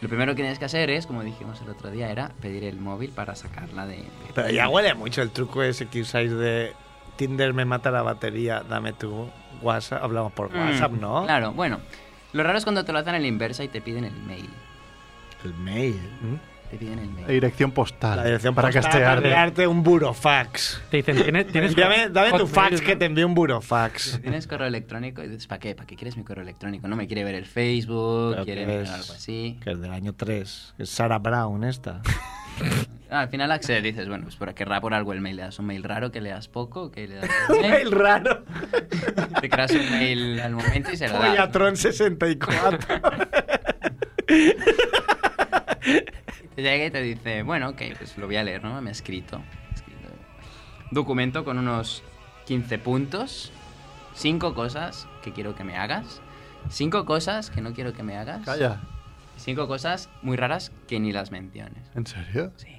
Speaker 6: Lo primero que tienes que hacer es, como dijimos el otro día, era pedir el móvil para sacarla de...
Speaker 8: Pero ya huele mucho el truco ese que usáis de Tinder me mata la batería, dame tu WhatsApp. Hablamos por WhatsApp,
Speaker 6: Mm,
Speaker 8: ¿no?
Speaker 6: Claro, bueno. Lo raro es cuando te lo hacen en la inversa y te piden el mail.
Speaker 8: El mail.
Speaker 6: Te piden el
Speaker 1: La
Speaker 6: mail.
Speaker 1: dirección postal.
Speaker 8: ¿Mm? La dirección
Speaker 1: para
Speaker 8: postal,
Speaker 1: castear.
Speaker 8: Para enviarte un burofax.
Speaker 2: Te dicen, ¿tienes, tienes
Speaker 8: Envíame- dame tu
Speaker 2: Hotmail,
Speaker 8: fax
Speaker 2: ¿no?
Speaker 8: que te envíe un burofax.
Speaker 6: Tienes correo electrónico y dices, ¿para qué? ¿Para qué quieres mi correo electrónico? No me quiere ver el Facebook,
Speaker 8: Pero
Speaker 6: quiere
Speaker 8: que
Speaker 6: ver
Speaker 8: es-
Speaker 6: algo así.
Speaker 8: Que es del año 3. Es Sarah Brown esta.
Speaker 6: Ah, al final Axel dices, bueno, pues por querrá por algo el mail. Le das un mail raro que leas poco, que le das
Speaker 8: Un mail raro.
Speaker 6: Te creas un mail al momento y se lo das.
Speaker 8: Pollatron64.
Speaker 6: Te llega y te dice, bueno, ok, pues lo voy a leer, ¿no? Me ha escrito. me ha escrito. Documento con unos 15 puntos, cinco cosas que quiero que me hagas, cinco cosas que no quiero que me hagas,
Speaker 1: Calla,
Speaker 6: cinco cosas muy raras que ni las menciones.
Speaker 1: ¿en serio?
Speaker 6: Sí.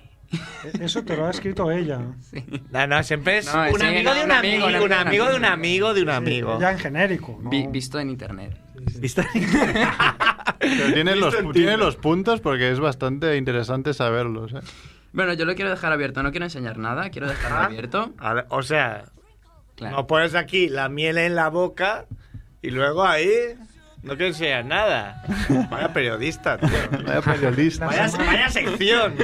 Speaker 3: E-, Eso te lo ha escrito ella.
Speaker 8: No, no, siempre es
Speaker 6: No,
Speaker 8: un
Speaker 6: sí,
Speaker 8: amigo
Speaker 6: no,
Speaker 8: de
Speaker 6: un
Speaker 8: un
Speaker 6: amigo,
Speaker 8: amigo, un amigo de un amigo de un
Speaker 3: Ella
Speaker 8: amigo.
Speaker 3: en genérico. ¿no?
Speaker 6: Vi- visto en internet.
Speaker 8: ¿Viste?
Speaker 1: Pero tiene los,
Speaker 8: Visto
Speaker 1: tiene
Speaker 8: en Tinder.
Speaker 1: los puntos porque es bastante interesante saberlos, ¿eh?
Speaker 6: Bueno, yo lo quiero dejar abierto, no quiero enseñar nada, quiero dejarlo
Speaker 8: Ah.
Speaker 6: abierto.
Speaker 8: A ver, O sea,
Speaker 6: Claro.
Speaker 8: nos pones aquí la miel en la boca y luego ahí no te enseñas nada. Vaya periodista, tío.
Speaker 1: Vaya periodista.
Speaker 8: Vaya, vaya sección.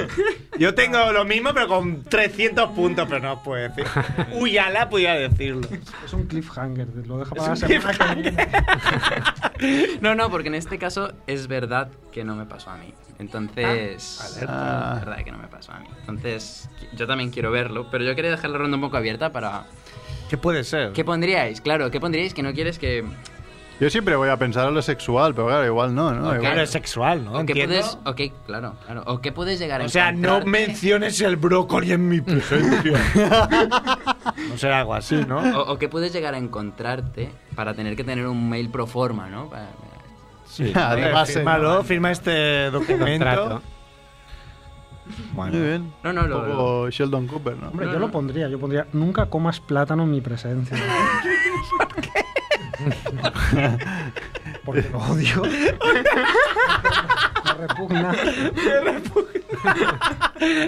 Speaker 8: Yo tengo lo mismo, pero con 300 puntos, pero no os puedo decir. Uyala podía decirlo.
Speaker 3: Es un cliffhanger. Lo deja
Speaker 8: un
Speaker 3: para la semana que viene.
Speaker 6: No, no, porque en este caso es verdad que no me pasó a mí.
Speaker 8: Ah,
Speaker 6: Entonces,
Speaker 1: alerta.
Speaker 6: es verdad que no me pasó a mí. Entonces, qui- yo también quiero verlo, pero yo quería dejar la ronda un poco abierta para...
Speaker 8: ¿Qué puede ser?
Speaker 6: ¿Qué pondríais? Claro, ¿qué pondríais que no quieres que...
Speaker 1: Yo siempre voy a pensar en lo sexual, pero claro, igual no, ¿no?
Speaker 6: Ok.
Speaker 1: Igual-
Speaker 8: Claro, es sexual, ¿no?
Speaker 6: o que
Speaker 8: Entiendo.
Speaker 6: puedes... Ok, claro, claro. O que puedes llegar a
Speaker 8: O sea, no
Speaker 6: encontrarte-
Speaker 8: menciones el brócoli en mi presencia. no será algo así, ¿no?
Speaker 6: O, o que puedes llegar a encontrarte para tener que tener un mail pro forma, ¿no? Para-
Speaker 1: Además, eh,
Speaker 8: Fírmalo, firma este documento.
Speaker 2: Contrato.
Speaker 1: muy bien.
Speaker 6: No, no, lo-
Speaker 1: Un poco Sheldon Cooper, ¿no?
Speaker 3: Hombre,
Speaker 6: No,
Speaker 3: yo
Speaker 6: no.
Speaker 3: lo pondría. Yo pondría, nunca comas plátano en mi presencia. ¿Por qué? Porque lo odio. Me repugna.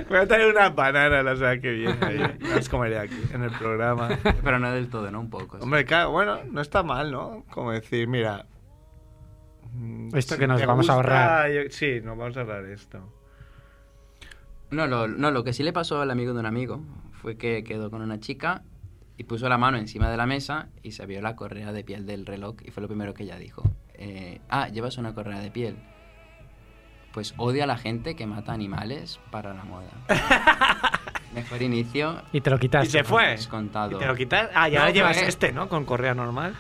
Speaker 8: Voy a traer una banana la semana que viene. ahí. Las comeré aquí, en el programa.
Speaker 6: Pero no del todo, ¿no? Un poco. sí.
Speaker 8: Hombre, claro, bueno, no está mal, ¿no? Como decir, mira. mm,
Speaker 2: Esto
Speaker 8: si
Speaker 2: que nos
Speaker 8: te
Speaker 2: vamos a ahorrar.
Speaker 8: yo- sí, nos vamos a ahorrar esto.
Speaker 6: No lo, no, lo que sí le pasó al amigo de un amigo fue que quedó con una chica y puso la mano encima de la mesa y se vio la correa de piel del reloj y fue lo primero que ella dijo. Eh, ah, llevas una correa de piel. Pues odio a la gente que mata animales para la moda. Mejor inicio.
Speaker 2: Y te lo
Speaker 8: Y
Speaker 2: quitaste.
Speaker 8: se fue.
Speaker 6: Descontado.
Speaker 8: Y te lo quitas. Ah,
Speaker 6: No, eh,
Speaker 8: ya ahora llevas
Speaker 6: fue-
Speaker 8: este, ¿no? Con correa normal.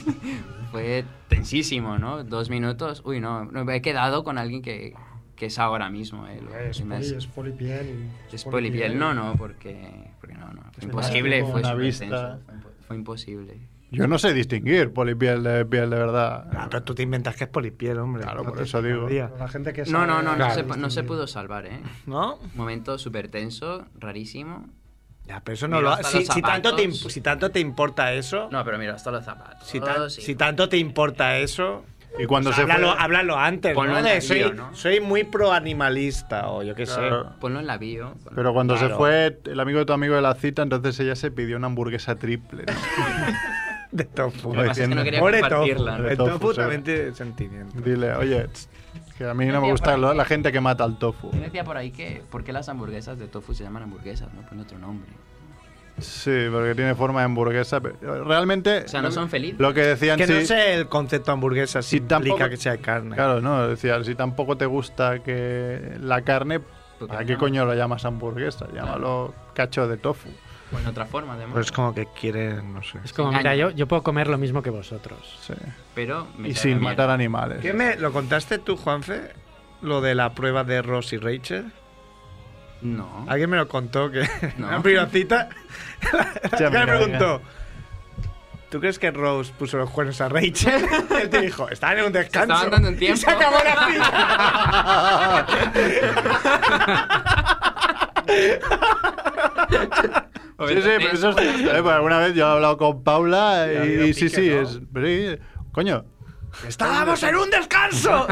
Speaker 6: fue tensísimo, ¿no? Dos minutos. Uy, no, no, he quedado con alguien que, que es ahora mismo. eh, lo-
Speaker 10: Es
Speaker 6: y me has-
Speaker 10: poli, es polipiel.
Speaker 6: Es polipiel, no, no, porque, porque no, no. Fue imposible,
Speaker 1: tipo
Speaker 6: fue
Speaker 1: una
Speaker 6: súper
Speaker 1: vista.
Speaker 6: tenso, fue impo- Fue imposible.
Speaker 1: Yo no sé distinguir polipiel de piel de verdad.
Speaker 8: Ah, pero tú te inventas que es polipiel, hombre.
Speaker 1: Claro,
Speaker 8: No
Speaker 1: por
Speaker 8: te-
Speaker 1: eso digo.
Speaker 8: no digas.
Speaker 3: La gente que
Speaker 6: No,
Speaker 3: sabe-
Speaker 6: no, no, no
Speaker 2: Claro.
Speaker 6: se, pu- no se pudo salvar, ¿eh?
Speaker 8: ¿No?
Speaker 6: Momento súper tenso, rarísimo.
Speaker 8: Ya, pero eso no
Speaker 6: Mira,
Speaker 8: lo ha-
Speaker 6: hasta
Speaker 8: Si,
Speaker 6: los
Speaker 8: si tanto te,
Speaker 6: zapatos.
Speaker 8: imp- si tanto te importa eso.
Speaker 6: No, pero mira, hasta los zapatos.
Speaker 8: Si, tan-
Speaker 6: sí.
Speaker 8: si tanto te importa eso.
Speaker 1: Y cuando
Speaker 8: pues
Speaker 1: se
Speaker 8: háblalo,
Speaker 1: fue-
Speaker 8: háblalo antes.
Speaker 6: Ponlo
Speaker 8: ¿no?
Speaker 6: en
Speaker 8: De,
Speaker 6: el
Speaker 8: soy,
Speaker 6: lío, ¿no?
Speaker 8: soy muy pro animalista o yo qué sé.
Speaker 6: Ponlo en la bio. ponlo-
Speaker 1: Pero cuando
Speaker 8: Claro.
Speaker 1: se fue el amigo de tu amigo de la cita, entonces ella se pidió una hamburguesa triple. ¿no?
Speaker 8: De tofu.
Speaker 6: Lo que pasa es que no quería
Speaker 8: Pobre
Speaker 6: compartirla. ¿no?
Speaker 8: tofu.
Speaker 1: De
Speaker 8: El
Speaker 1: tofu,
Speaker 8: tofu
Speaker 1: sí.
Speaker 8: también tiene sentimiento.
Speaker 1: Dile, oye, tss, que a mí no me
Speaker 6: Decía
Speaker 1: gusta
Speaker 6: por
Speaker 1: lo-
Speaker 6: aquí.
Speaker 1: la gente que mata al tofu.
Speaker 6: Yo decía por ahí que, ¿por qué las hamburguesas de tofu se llaman hamburguesas? No ponen otro nombre.
Speaker 1: Sí, porque tiene forma de hamburguesa. pero realmente.
Speaker 6: O sea, no son felices.
Speaker 1: Lo que decían
Speaker 8: Que
Speaker 1: sí.
Speaker 8: no sé el concepto hamburguesa si
Speaker 1: Sí, tampoco-
Speaker 8: implica que sea de carne.
Speaker 1: Claro, no, decía, si tampoco te gusta que la carne,
Speaker 6: Porque
Speaker 1: ¿para qué
Speaker 6: no.
Speaker 1: coño lo llamas hamburguesa? Llámalo cacho de tofu.
Speaker 6: Bueno, otra forma, además.
Speaker 8: Pues como que quieren, no sé.
Speaker 2: Es como, mira, yo, yo puedo comer lo mismo que vosotros.
Speaker 1: Sí.
Speaker 6: Pero me
Speaker 1: Y
Speaker 6: cae
Speaker 1: sin
Speaker 6: la
Speaker 1: matar
Speaker 6: mierda.
Speaker 1: animales.
Speaker 8: ¿Qué me, ¿Lo contaste tú, Juanfe? Lo de la prueba de Ross y Rachel.
Speaker 6: No.
Speaker 8: Alguien me lo contó que en
Speaker 6: No.
Speaker 8: una pirocita
Speaker 1: Ya,
Speaker 8: me
Speaker 1: mira,
Speaker 8: preguntó. ¿Tú crees que Rose puso los cuernos a Rachel? Y él te dijo, estaban en un descanso.
Speaker 6: estaban dando un
Speaker 8: Y
Speaker 6: tiempo.
Speaker 8: se acabó la cita.
Speaker 1: Sí, sí, pero eso es cierto, ¿eh? Porque alguna vez yo he hablado con Paula
Speaker 8: ha habido
Speaker 1: y, y sí,
Speaker 8: pique,
Speaker 1: sí,
Speaker 8: ¿no?
Speaker 1: es. pero sí, coño.
Speaker 8: ¡Estábamos en un descanso!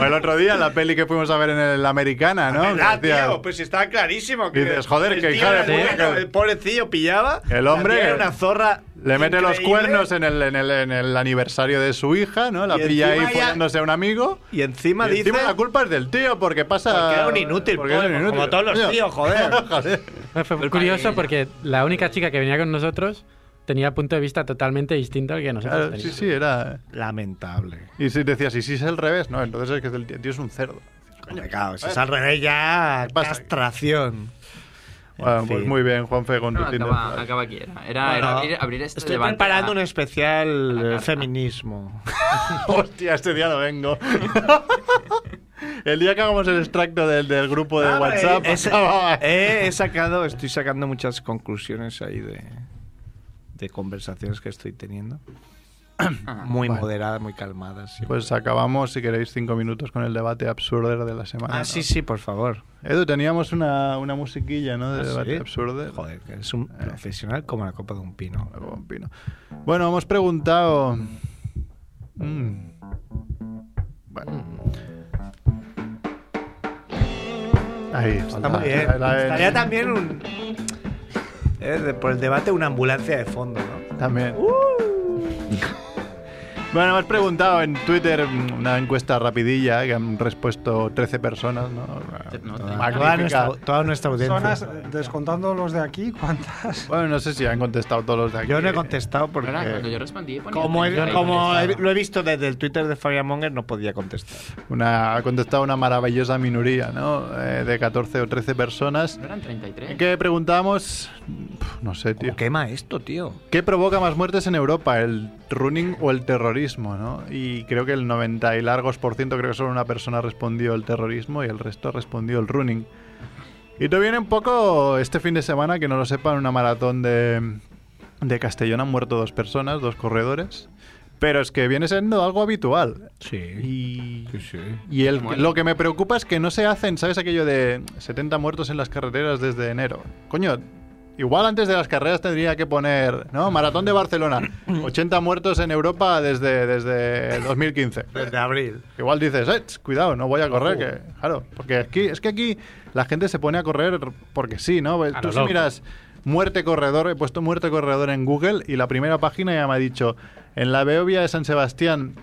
Speaker 1: O el otro día, la peli que fuimos a ver en el- la americana, ¿no?
Speaker 8: ¿Verdad,
Speaker 1: Que decía,
Speaker 8: tío? Pues estaba clarísimo que.
Speaker 1: Dices, joder,
Speaker 8: el
Speaker 1: que
Speaker 8: tío
Speaker 1: hija de
Speaker 8: era
Speaker 1: puta,
Speaker 8: bueno,
Speaker 1: que-
Speaker 8: El pobrecillo pillaba.
Speaker 1: El
Speaker 8: la
Speaker 1: hombre
Speaker 8: tía era
Speaker 1: que
Speaker 8: una zorra.
Speaker 1: Le mete los
Speaker 8: increíble,
Speaker 1: cuernos en el, en, el, en el aniversario de su hija, ¿no? La
Speaker 8: Y
Speaker 1: pilla ahí
Speaker 8: encima ya-
Speaker 1: follándose a un amigo.
Speaker 8: Y encima
Speaker 1: Y
Speaker 8: dice.
Speaker 1: encima la culpa es del tío, porque pasa.
Speaker 8: Porque era un inútil,
Speaker 1: porque era un
Speaker 8: como-
Speaker 1: inútil.
Speaker 8: como todos los
Speaker 1: Coño.
Speaker 8: tíos, joder.
Speaker 2: Fue fue
Speaker 6: Culpa de
Speaker 2: curioso
Speaker 6: ella.
Speaker 2: porque la única chica que venía con nosotros tenía punto de vista totalmente distinto al que nosotros
Speaker 1: Claro, Ah, sí,
Speaker 2: teníamos.
Speaker 1: sí, era.
Speaker 8: Lamentable.
Speaker 1: Y si decías, y si es el revés, no, entonces es que el tío, el tío es un cerdo.
Speaker 8: Coño, caos, es al revés ya. Castración.
Speaker 1: Bueno,
Speaker 8: En
Speaker 1: pues
Speaker 8: fin.
Speaker 1: muy bien, Juanfe, con
Speaker 6: No,
Speaker 1: tu Tinder
Speaker 6: acaba,
Speaker 1: Flash.
Speaker 6: acaba aquí. Era, era, era
Speaker 8: Bueno,
Speaker 6: abrir, abrir este
Speaker 8: Estoy
Speaker 6: debate
Speaker 8: preparando
Speaker 6: a-
Speaker 8: un especial eh,
Speaker 6: carta.
Speaker 8: feminismo.
Speaker 1: Hostia, este día no vengo. el día que hagamos el extracto del, del grupo de
Speaker 8: Ah,
Speaker 1: WhatsApp,
Speaker 8: eh, ese-
Speaker 1: acaba-
Speaker 8: eh, he sacado, estoy sacando muchas conclusiones ahí de, de conversaciones que estoy teniendo.
Speaker 6: Ah,
Speaker 8: em- Muy
Speaker 1: Vale.
Speaker 8: moderadas, muy calmadas. siempre.
Speaker 1: Pues acabamos, si queréis, cinco minutos con el debate absurdo de la semana.
Speaker 8: ah,
Speaker 1: ¿no?
Speaker 8: sí, sí, por favor.
Speaker 1: Edu, teníamos una, una musiquilla, ¿no? De
Speaker 8: Ah,
Speaker 1: debate
Speaker 8: ¿sí?
Speaker 1: absurdo.
Speaker 8: Joder, que es un
Speaker 1: Eh.
Speaker 8: profesional como la copa de un pino.
Speaker 1: Algo con pino. Bueno, hemos preguntado. Mm. Vale.
Speaker 8: Mm.
Speaker 1: Ahí
Speaker 8: Está muy bien.
Speaker 1: La- la-
Speaker 8: Estaría también un. eh, de- por el debate, una ambulancia de fondo, ¿no?
Speaker 1: También. Uh. Bueno, hemos preguntado en Twitter mm, una encuesta rapidilla que han respuesto 13 personas, ¿no?
Speaker 6: No,
Speaker 8: Toda
Speaker 1: Magnífica.
Speaker 8: nuestra, toda nuestra audiencia.
Speaker 3: Personas, eh, descontando los de aquí, ¿cuántas?
Speaker 1: Bueno, no sé si han contestado todos los de aquí.
Speaker 8: Yo no he contestado
Speaker 6: no, era cuando yo
Speaker 8: porque.
Speaker 6: respondí ponía
Speaker 8: Como, he-
Speaker 6: 30 y
Speaker 8: como he-
Speaker 6: contestaba.
Speaker 8: lo he visto desde el Twitter de Fabián Monger, no podía contestar.
Speaker 1: Una, ha contestado una maravillosa minoría, ¿no? Eh, de 14 o 13 personas.
Speaker 6: No eran 33.
Speaker 1: Que preguntamos. Pf, No sé, tío.
Speaker 8: ¿Cómo quema esto, tío?
Speaker 1: ¿Qué provoca más muertes en Europa, el running o el terrorismo? ¿no? Y creo que el 90 y largos por ciento, creo que solo una persona respondió el terrorismo y el resto respondió el running. Y te viene un poco este fin de semana, que no lo sepan, una maratón de, de Castellón han muerto dos personas, dos corredores. Pero es que viene siendo algo habitual.
Speaker 8: Sí.
Speaker 1: Y,
Speaker 8: sí.
Speaker 1: y el- lo que me preocupa es que no se hacen, ¿sabes aquello de 70 muertos en las carreteras desde enero? Coño, igual antes de las carreras tendría que poner, ¿no? Maratón de Barcelona, 80 muertos en Europa desde, desde 2015.
Speaker 8: Desde Pues abril.
Speaker 1: Igual dices, "Eh, ch, cuidado, no voy a correr, que, claro, porque aquí, es que aquí la gente se pone a correr porque sí, ¿no? Pues
Speaker 2: A
Speaker 1: Tú
Speaker 2: lo
Speaker 1: si
Speaker 2: loco.
Speaker 1: miras muerte corredor, he puesto muerte corredor en Google y la primera página ya me ha dicho, en la Beovia de San Sebastián,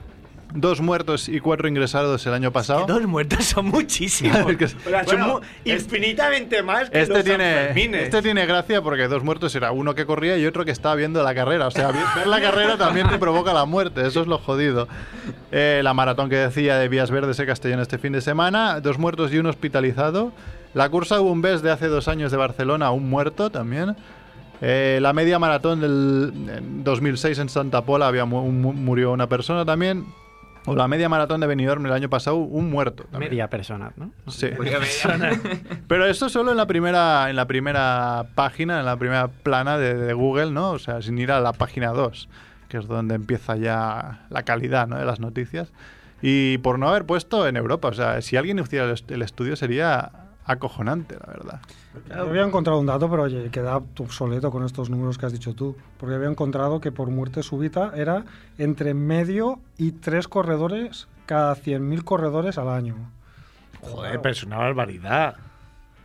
Speaker 1: dos muertos y cuatro ingresados el año pasado.
Speaker 8: Dos muertos son muchísimos.
Speaker 1: Es que-
Speaker 8: O sea, son
Speaker 1: Bueno,
Speaker 8: mu- infinitamente más que
Speaker 1: Este
Speaker 8: los
Speaker 1: tiene,
Speaker 8: Sanfermines.
Speaker 1: este tiene gracia porque dos muertos era uno que corría y otro que estaba viendo la carrera. O sea, vi- ver la carrera también te provoca la muerte. Eso es lo jodido. Eh, la maratón que decía de Vías Verdes de Castellón este fin de semana. Dos muertos y un hospitalizado. La cursa Bumbés de hace dos años de Barcelona, un muerto también. Eh, la media maratón del en 2006 en Santa Pola había mu- mu- murió una persona también. O la media maratón de Benidorm el año pasado, un muerto. también.
Speaker 2: Media persona, ¿no?
Speaker 1: Sí.
Speaker 6: Porque-
Speaker 1: Pero esto solo en la primera, en la primera página, en la primera plana de, de Google, ¿no? O sea, sin ir a la página 2, que es donde empieza ya la calidad ¿no? de las noticias. Y por no haber puesto en Europa, o sea, si alguien hiciera el, est- el estudio sería acojonante, la verdad.
Speaker 3: Yo había encontrado un dato, pero oye, queda obsoleto con estos números que has dicho tú. Porque había encontrado que por muerte súbita era entre medio y tres corredores cada 100.000 corredores al año.
Speaker 8: Joder, pero es una barbaridad.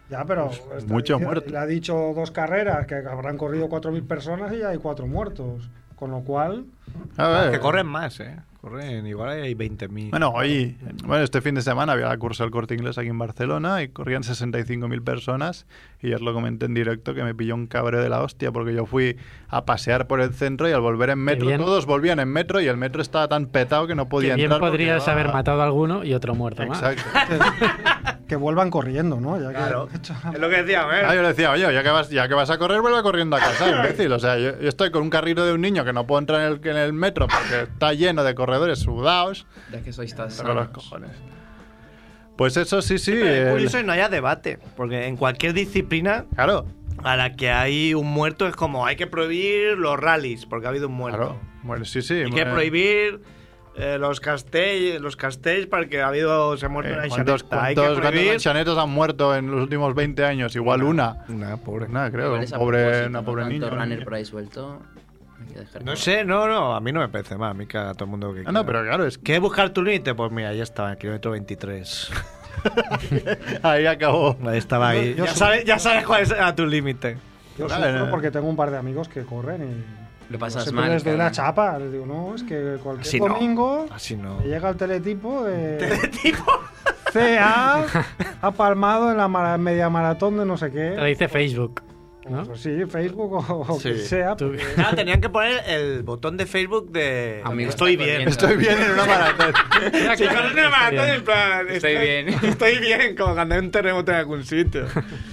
Speaker 3: Ya, pero. está
Speaker 1: muchos
Speaker 3: dici-
Speaker 1: muertos.
Speaker 3: Le ha dicho dos carreras que habrán corrido 4.000 personas y ya hay cuatro muertos. Con lo cual.
Speaker 1: A ver.
Speaker 8: Que corren más, ¿eh? Corren, igual hay 20.000.
Speaker 1: Bueno, hoy, bueno, este fin de semana había la cursa del corte inglés aquí en Barcelona y corrían 65.000 personas. Y yo os lo comenté en directo que me pilló un cabreo de la hostia porque yo fui a pasear por el centro y al volver en metro,
Speaker 2: bien.
Speaker 1: todos volvían en metro y el metro estaba tan petado que no podía
Speaker 2: Que bien
Speaker 1: entrar. porque
Speaker 2: podrías
Speaker 1: va-
Speaker 2: haber matado a alguno y otro muerto más.
Speaker 1: Exacto.
Speaker 3: Que vuelvan corriendo, ¿no? Ya que
Speaker 8: Es lo que decía,
Speaker 1: Ah,
Speaker 8: ¿eh?
Speaker 1: yo le decía, oye, ya que, vas, ya que vas a correr, vuelve corriendo a casa, imbécil. O sea, yo, yo estoy con un carrito de un niño que no puedo entrar en el, en el metro porque está lleno de corredores sudados.
Speaker 6: Ya que sois tan
Speaker 1: Con los
Speaker 6: sanos.
Speaker 1: cojones. Pues eso sí, sí.
Speaker 8: Es
Speaker 1: el-
Speaker 8: curioso que no haya debate, porque en cualquier disciplina
Speaker 1: Claro,
Speaker 8: a la que hay un muerto es como hay que prohibir los rallies, porque ha habido un muerto.
Speaker 1: claro. Bueno, sí, sí.
Speaker 8: Hay que
Speaker 1: bueno.
Speaker 8: prohibir eh, los castells, los castells porque ha habido se ha muerto
Speaker 1: Eh,
Speaker 8: una
Speaker 1: ¿Cuántos,
Speaker 8: chaneta. Hay
Speaker 1: cuántos-
Speaker 8: que
Speaker 1: cuántos
Speaker 8: prohibir
Speaker 1: manchanetos han muerto en los últimos 20 años? Igual una.
Speaker 8: Nah, pobre.
Speaker 1: Nada, creo.
Speaker 6: Igual
Speaker 1: Un
Speaker 6: es a
Speaker 1: pobre,
Speaker 6: propósito,
Speaker 1: una
Speaker 6: ¿no?
Speaker 1: pobre
Speaker 6: Tanto
Speaker 1: niña. una
Speaker 6: runner
Speaker 1: niña.
Speaker 6: por ahí suelto. hay que dejar
Speaker 8: No
Speaker 6: que-
Speaker 8: sé, no, no, a mí no me parece mal, a mí que haga todo el mundo lo que
Speaker 1: Ah, no,
Speaker 8: quiera.
Speaker 1: pero claro, es que
Speaker 8: ¿Qué buscar tu límite? Pues mira, ya estaba en el kilómetro 23.
Speaker 1: ahí acabó.
Speaker 8: Ahí estaba ahí.
Speaker 3: Yo- yo
Speaker 8: ya,
Speaker 3: sub-
Speaker 8: sabes, ya sabes cuál es a tu límite.
Speaker 3: Yo
Speaker 1: Vale,
Speaker 3: sufro
Speaker 1: no.
Speaker 3: porque tengo un par de amigos que corren y.
Speaker 6: Lo pasas
Speaker 3: siempre
Speaker 6: mal,
Speaker 3: Les doy
Speaker 6: cara.
Speaker 3: la chapa. Les digo, no, es que cualquier
Speaker 8: Así no. Ah.
Speaker 3: domingo.
Speaker 8: Así no.
Speaker 3: me llega el teletipo de. ¿Teletipo? CA ha palmado en la mara- media maratón de no sé
Speaker 2: Te lo
Speaker 3: qué.
Speaker 2: dice Facebook. ¿no?
Speaker 3: Pues sí, Facebook o, o
Speaker 11: Sí.
Speaker 3: que sea.
Speaker 2: Tú-
Speaker 11: Claro, Ah, tenían que poner el botón de Facebook de.
Speaker 6: Amigo,
Speaker 11: estoy
Speaker 6: está
Speaker 11: bien.
Speaker 6: corriendo. Estoy bien en una maratón.
Speaker 11: Chicos, en una maratón, en plan.
Speaker 6: Estoy bien.
Speaker 11: Estoy bien, como cuando hay un terremoto en algún sitio.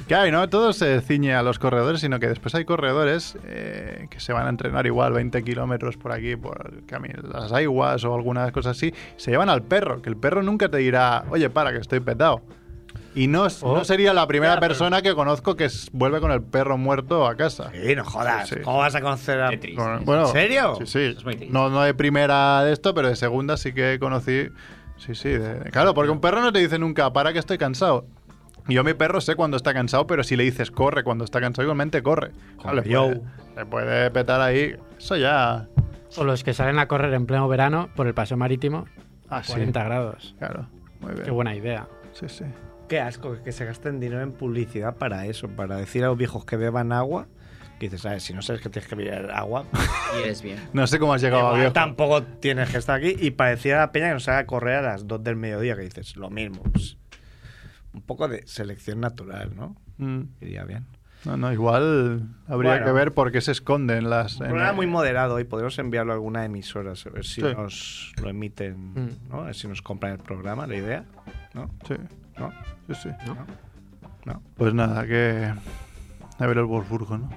Speaker 1: Claro, y no todo se ciñe a los corredores, sino que después hay corredores eh, que se van a entrenar igual 20 kilómetros por aquí, por cami- las aguas o algunas cosas así, se llevan al perro, que el perro nunca te dirá, oye, para, que estoy petado. Y no, es-
Speaker 6: Oh.
Speaker 1: no sería la primera persona que conozco que s- vuelve con el perro muerto a casa.
Speaker 11: Sí, no jodas.
Speaker 1: Sí, sí.
Speaker 11: ¿Cómo vas a conocer a.?
Speaker 1: Bueno, bueno,
Speaker 11: ¿En serio?
Speaker 1: Sí, sí.
Speaker 11: es muy triste.
Speaker 1: No, no de primera de esto, pero de segunda sí que conocí. Sí, sí. de- claro, porque un perro no te dice nunca, para que estoy cansado. Y Yo a mi perro sé cuando está cansado, pero si le dices corre cuando está cansado, igualmente corre. Claro, le, puede, le puede petar ahí. Eso ya.
Speaker 2: O los que salen a correr en pleno verano por el paseo marítimo
Speaker 1: Ah,
Speaker 2: a
Speaker 1: sí.
Speaker 2: 40 grados.
Speaker 1: Claro, muy bien.
Speaker 2: Qué buena idea.
Speaker 1: Sí, sí.
Speaker 8: Qué asco que se gasten dinero en publicidad para eso, para decir a los viejos que beban agua. Que dices, ¿sabes? Si no sabes que tienes que beber agua,
Speaker 6: Y eres bien.
Speaker 1: No sé cómo has llegado a
Speaker 8: igual
Speaker 1: viejo.
Speaker 8: tampoco tienes que estar aquí. Y parecía la peña que nos haga correr a las 2 del mediodía, que dices, lo mismo. pues, un poco de selección natural, ¿no?
Speaker 1: Mm.
Speaker 8: Iría bien.
Speaker 1: No, no, igual habría
Speaker 8: Bueno.
Speaker 1: que ver por qué se esconden las.
Speaker 8: Un
Speaker 1: en-
Speaker 8: programa muy moderado y podemos enviarlo a alguna emisora, a ver
Speaker 1: Sí.
Speaker 8: si nos lo emiten,
Speaker 2: Mm.
Speaker 8: ¿no? A ver si nos compran el programa, la idea, ¿no?
Speaker 1: Sí,
Speaker 8: ¿No?
Speaker 1: sí, sí.
Speaker 8: ¿No?
Speaker 1: Pues nada, que. A ver el Wolfsburgo, ¿no?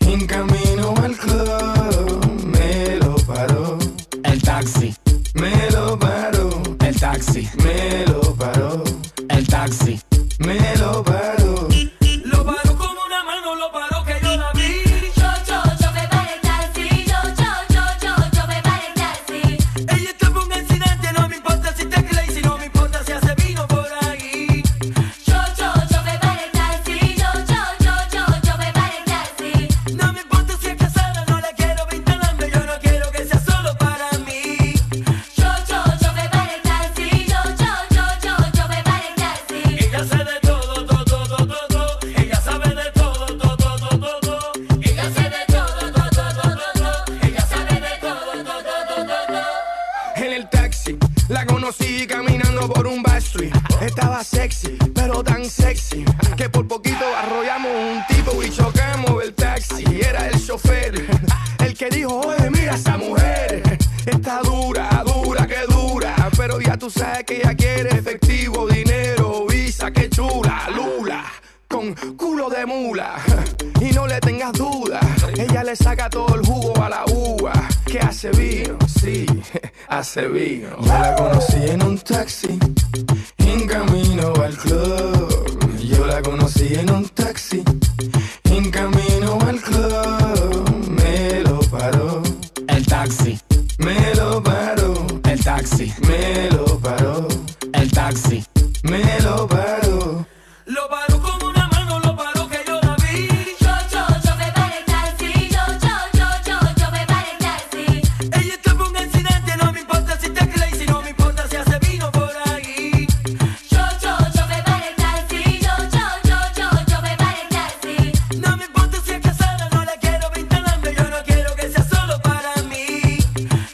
Speaker 12: en camino al club. Me lo paró. El taxi. Me lo paró. El taxi. chofer, el que dijo, oye, mira esa mujer, está dura, dura, que dura, pero ya tú sabes que ella quiere efectivo, dinero, visa, que chula, lula, con culo de mula, y no le tengas duda, ella le saca todo el jugo a la uva, que hace vino, sí, hace vino. Yo la conocí en un taxi, en camino al club, yo la conocí en un taxi. En camino al club me lo paró el taxi. Me lo paró el taxi. Me lo paró el taxi. Me lo paró.
Speaker 13: Lo paró con una mano, lo paró que yo la vi. Yo, yo, yo me paré el taxi. Yo, yo, yo, yo, yo me paré el taxi. Ella estaba en un accidente, no me importa si te y si no me importa si hace vino por ahí. Yo, yo, yo me paré el taxi. Yo, yo, yo, yo, yo me paré el taxi. No me importa si es casada, no la quiero vinculando, yo no quiero que sea solo para mí.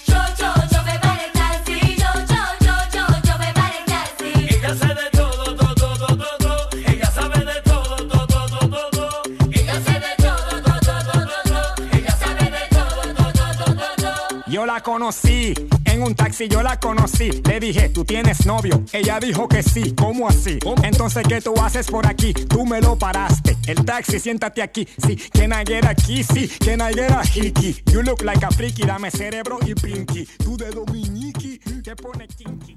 Speaker 13: Yo, yo, yo me paré el taxi. Yo, yo, yo, yo, yo me paré el taxi. Ella sabe de todo, todo, todo, todo. Ella sabe de todo, todo, todo, todo. Ella sabe de todo, todo, todo, todo. Ella sabe de todo, todo, todo, todo.
Speaker 14: Yo la conocí, en un taxi yo la conocí. Le dije, ¿tú tienes novio? Ella dijo que sí, ¿cómo así? Entonces, ¿qué tú haces por aquí? Tú me lo paraste. El taxi, siéntate aquí. Sí, can I get aquí? Sí, can I get a hickey? You look like a freaky, dame cerebro y pinky. Tú de Dominiki, te pone kinky.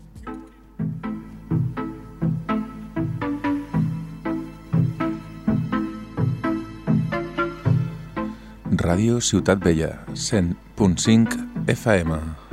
Speaker 4: Ràdio Ciutat Vella, 100.5 FM.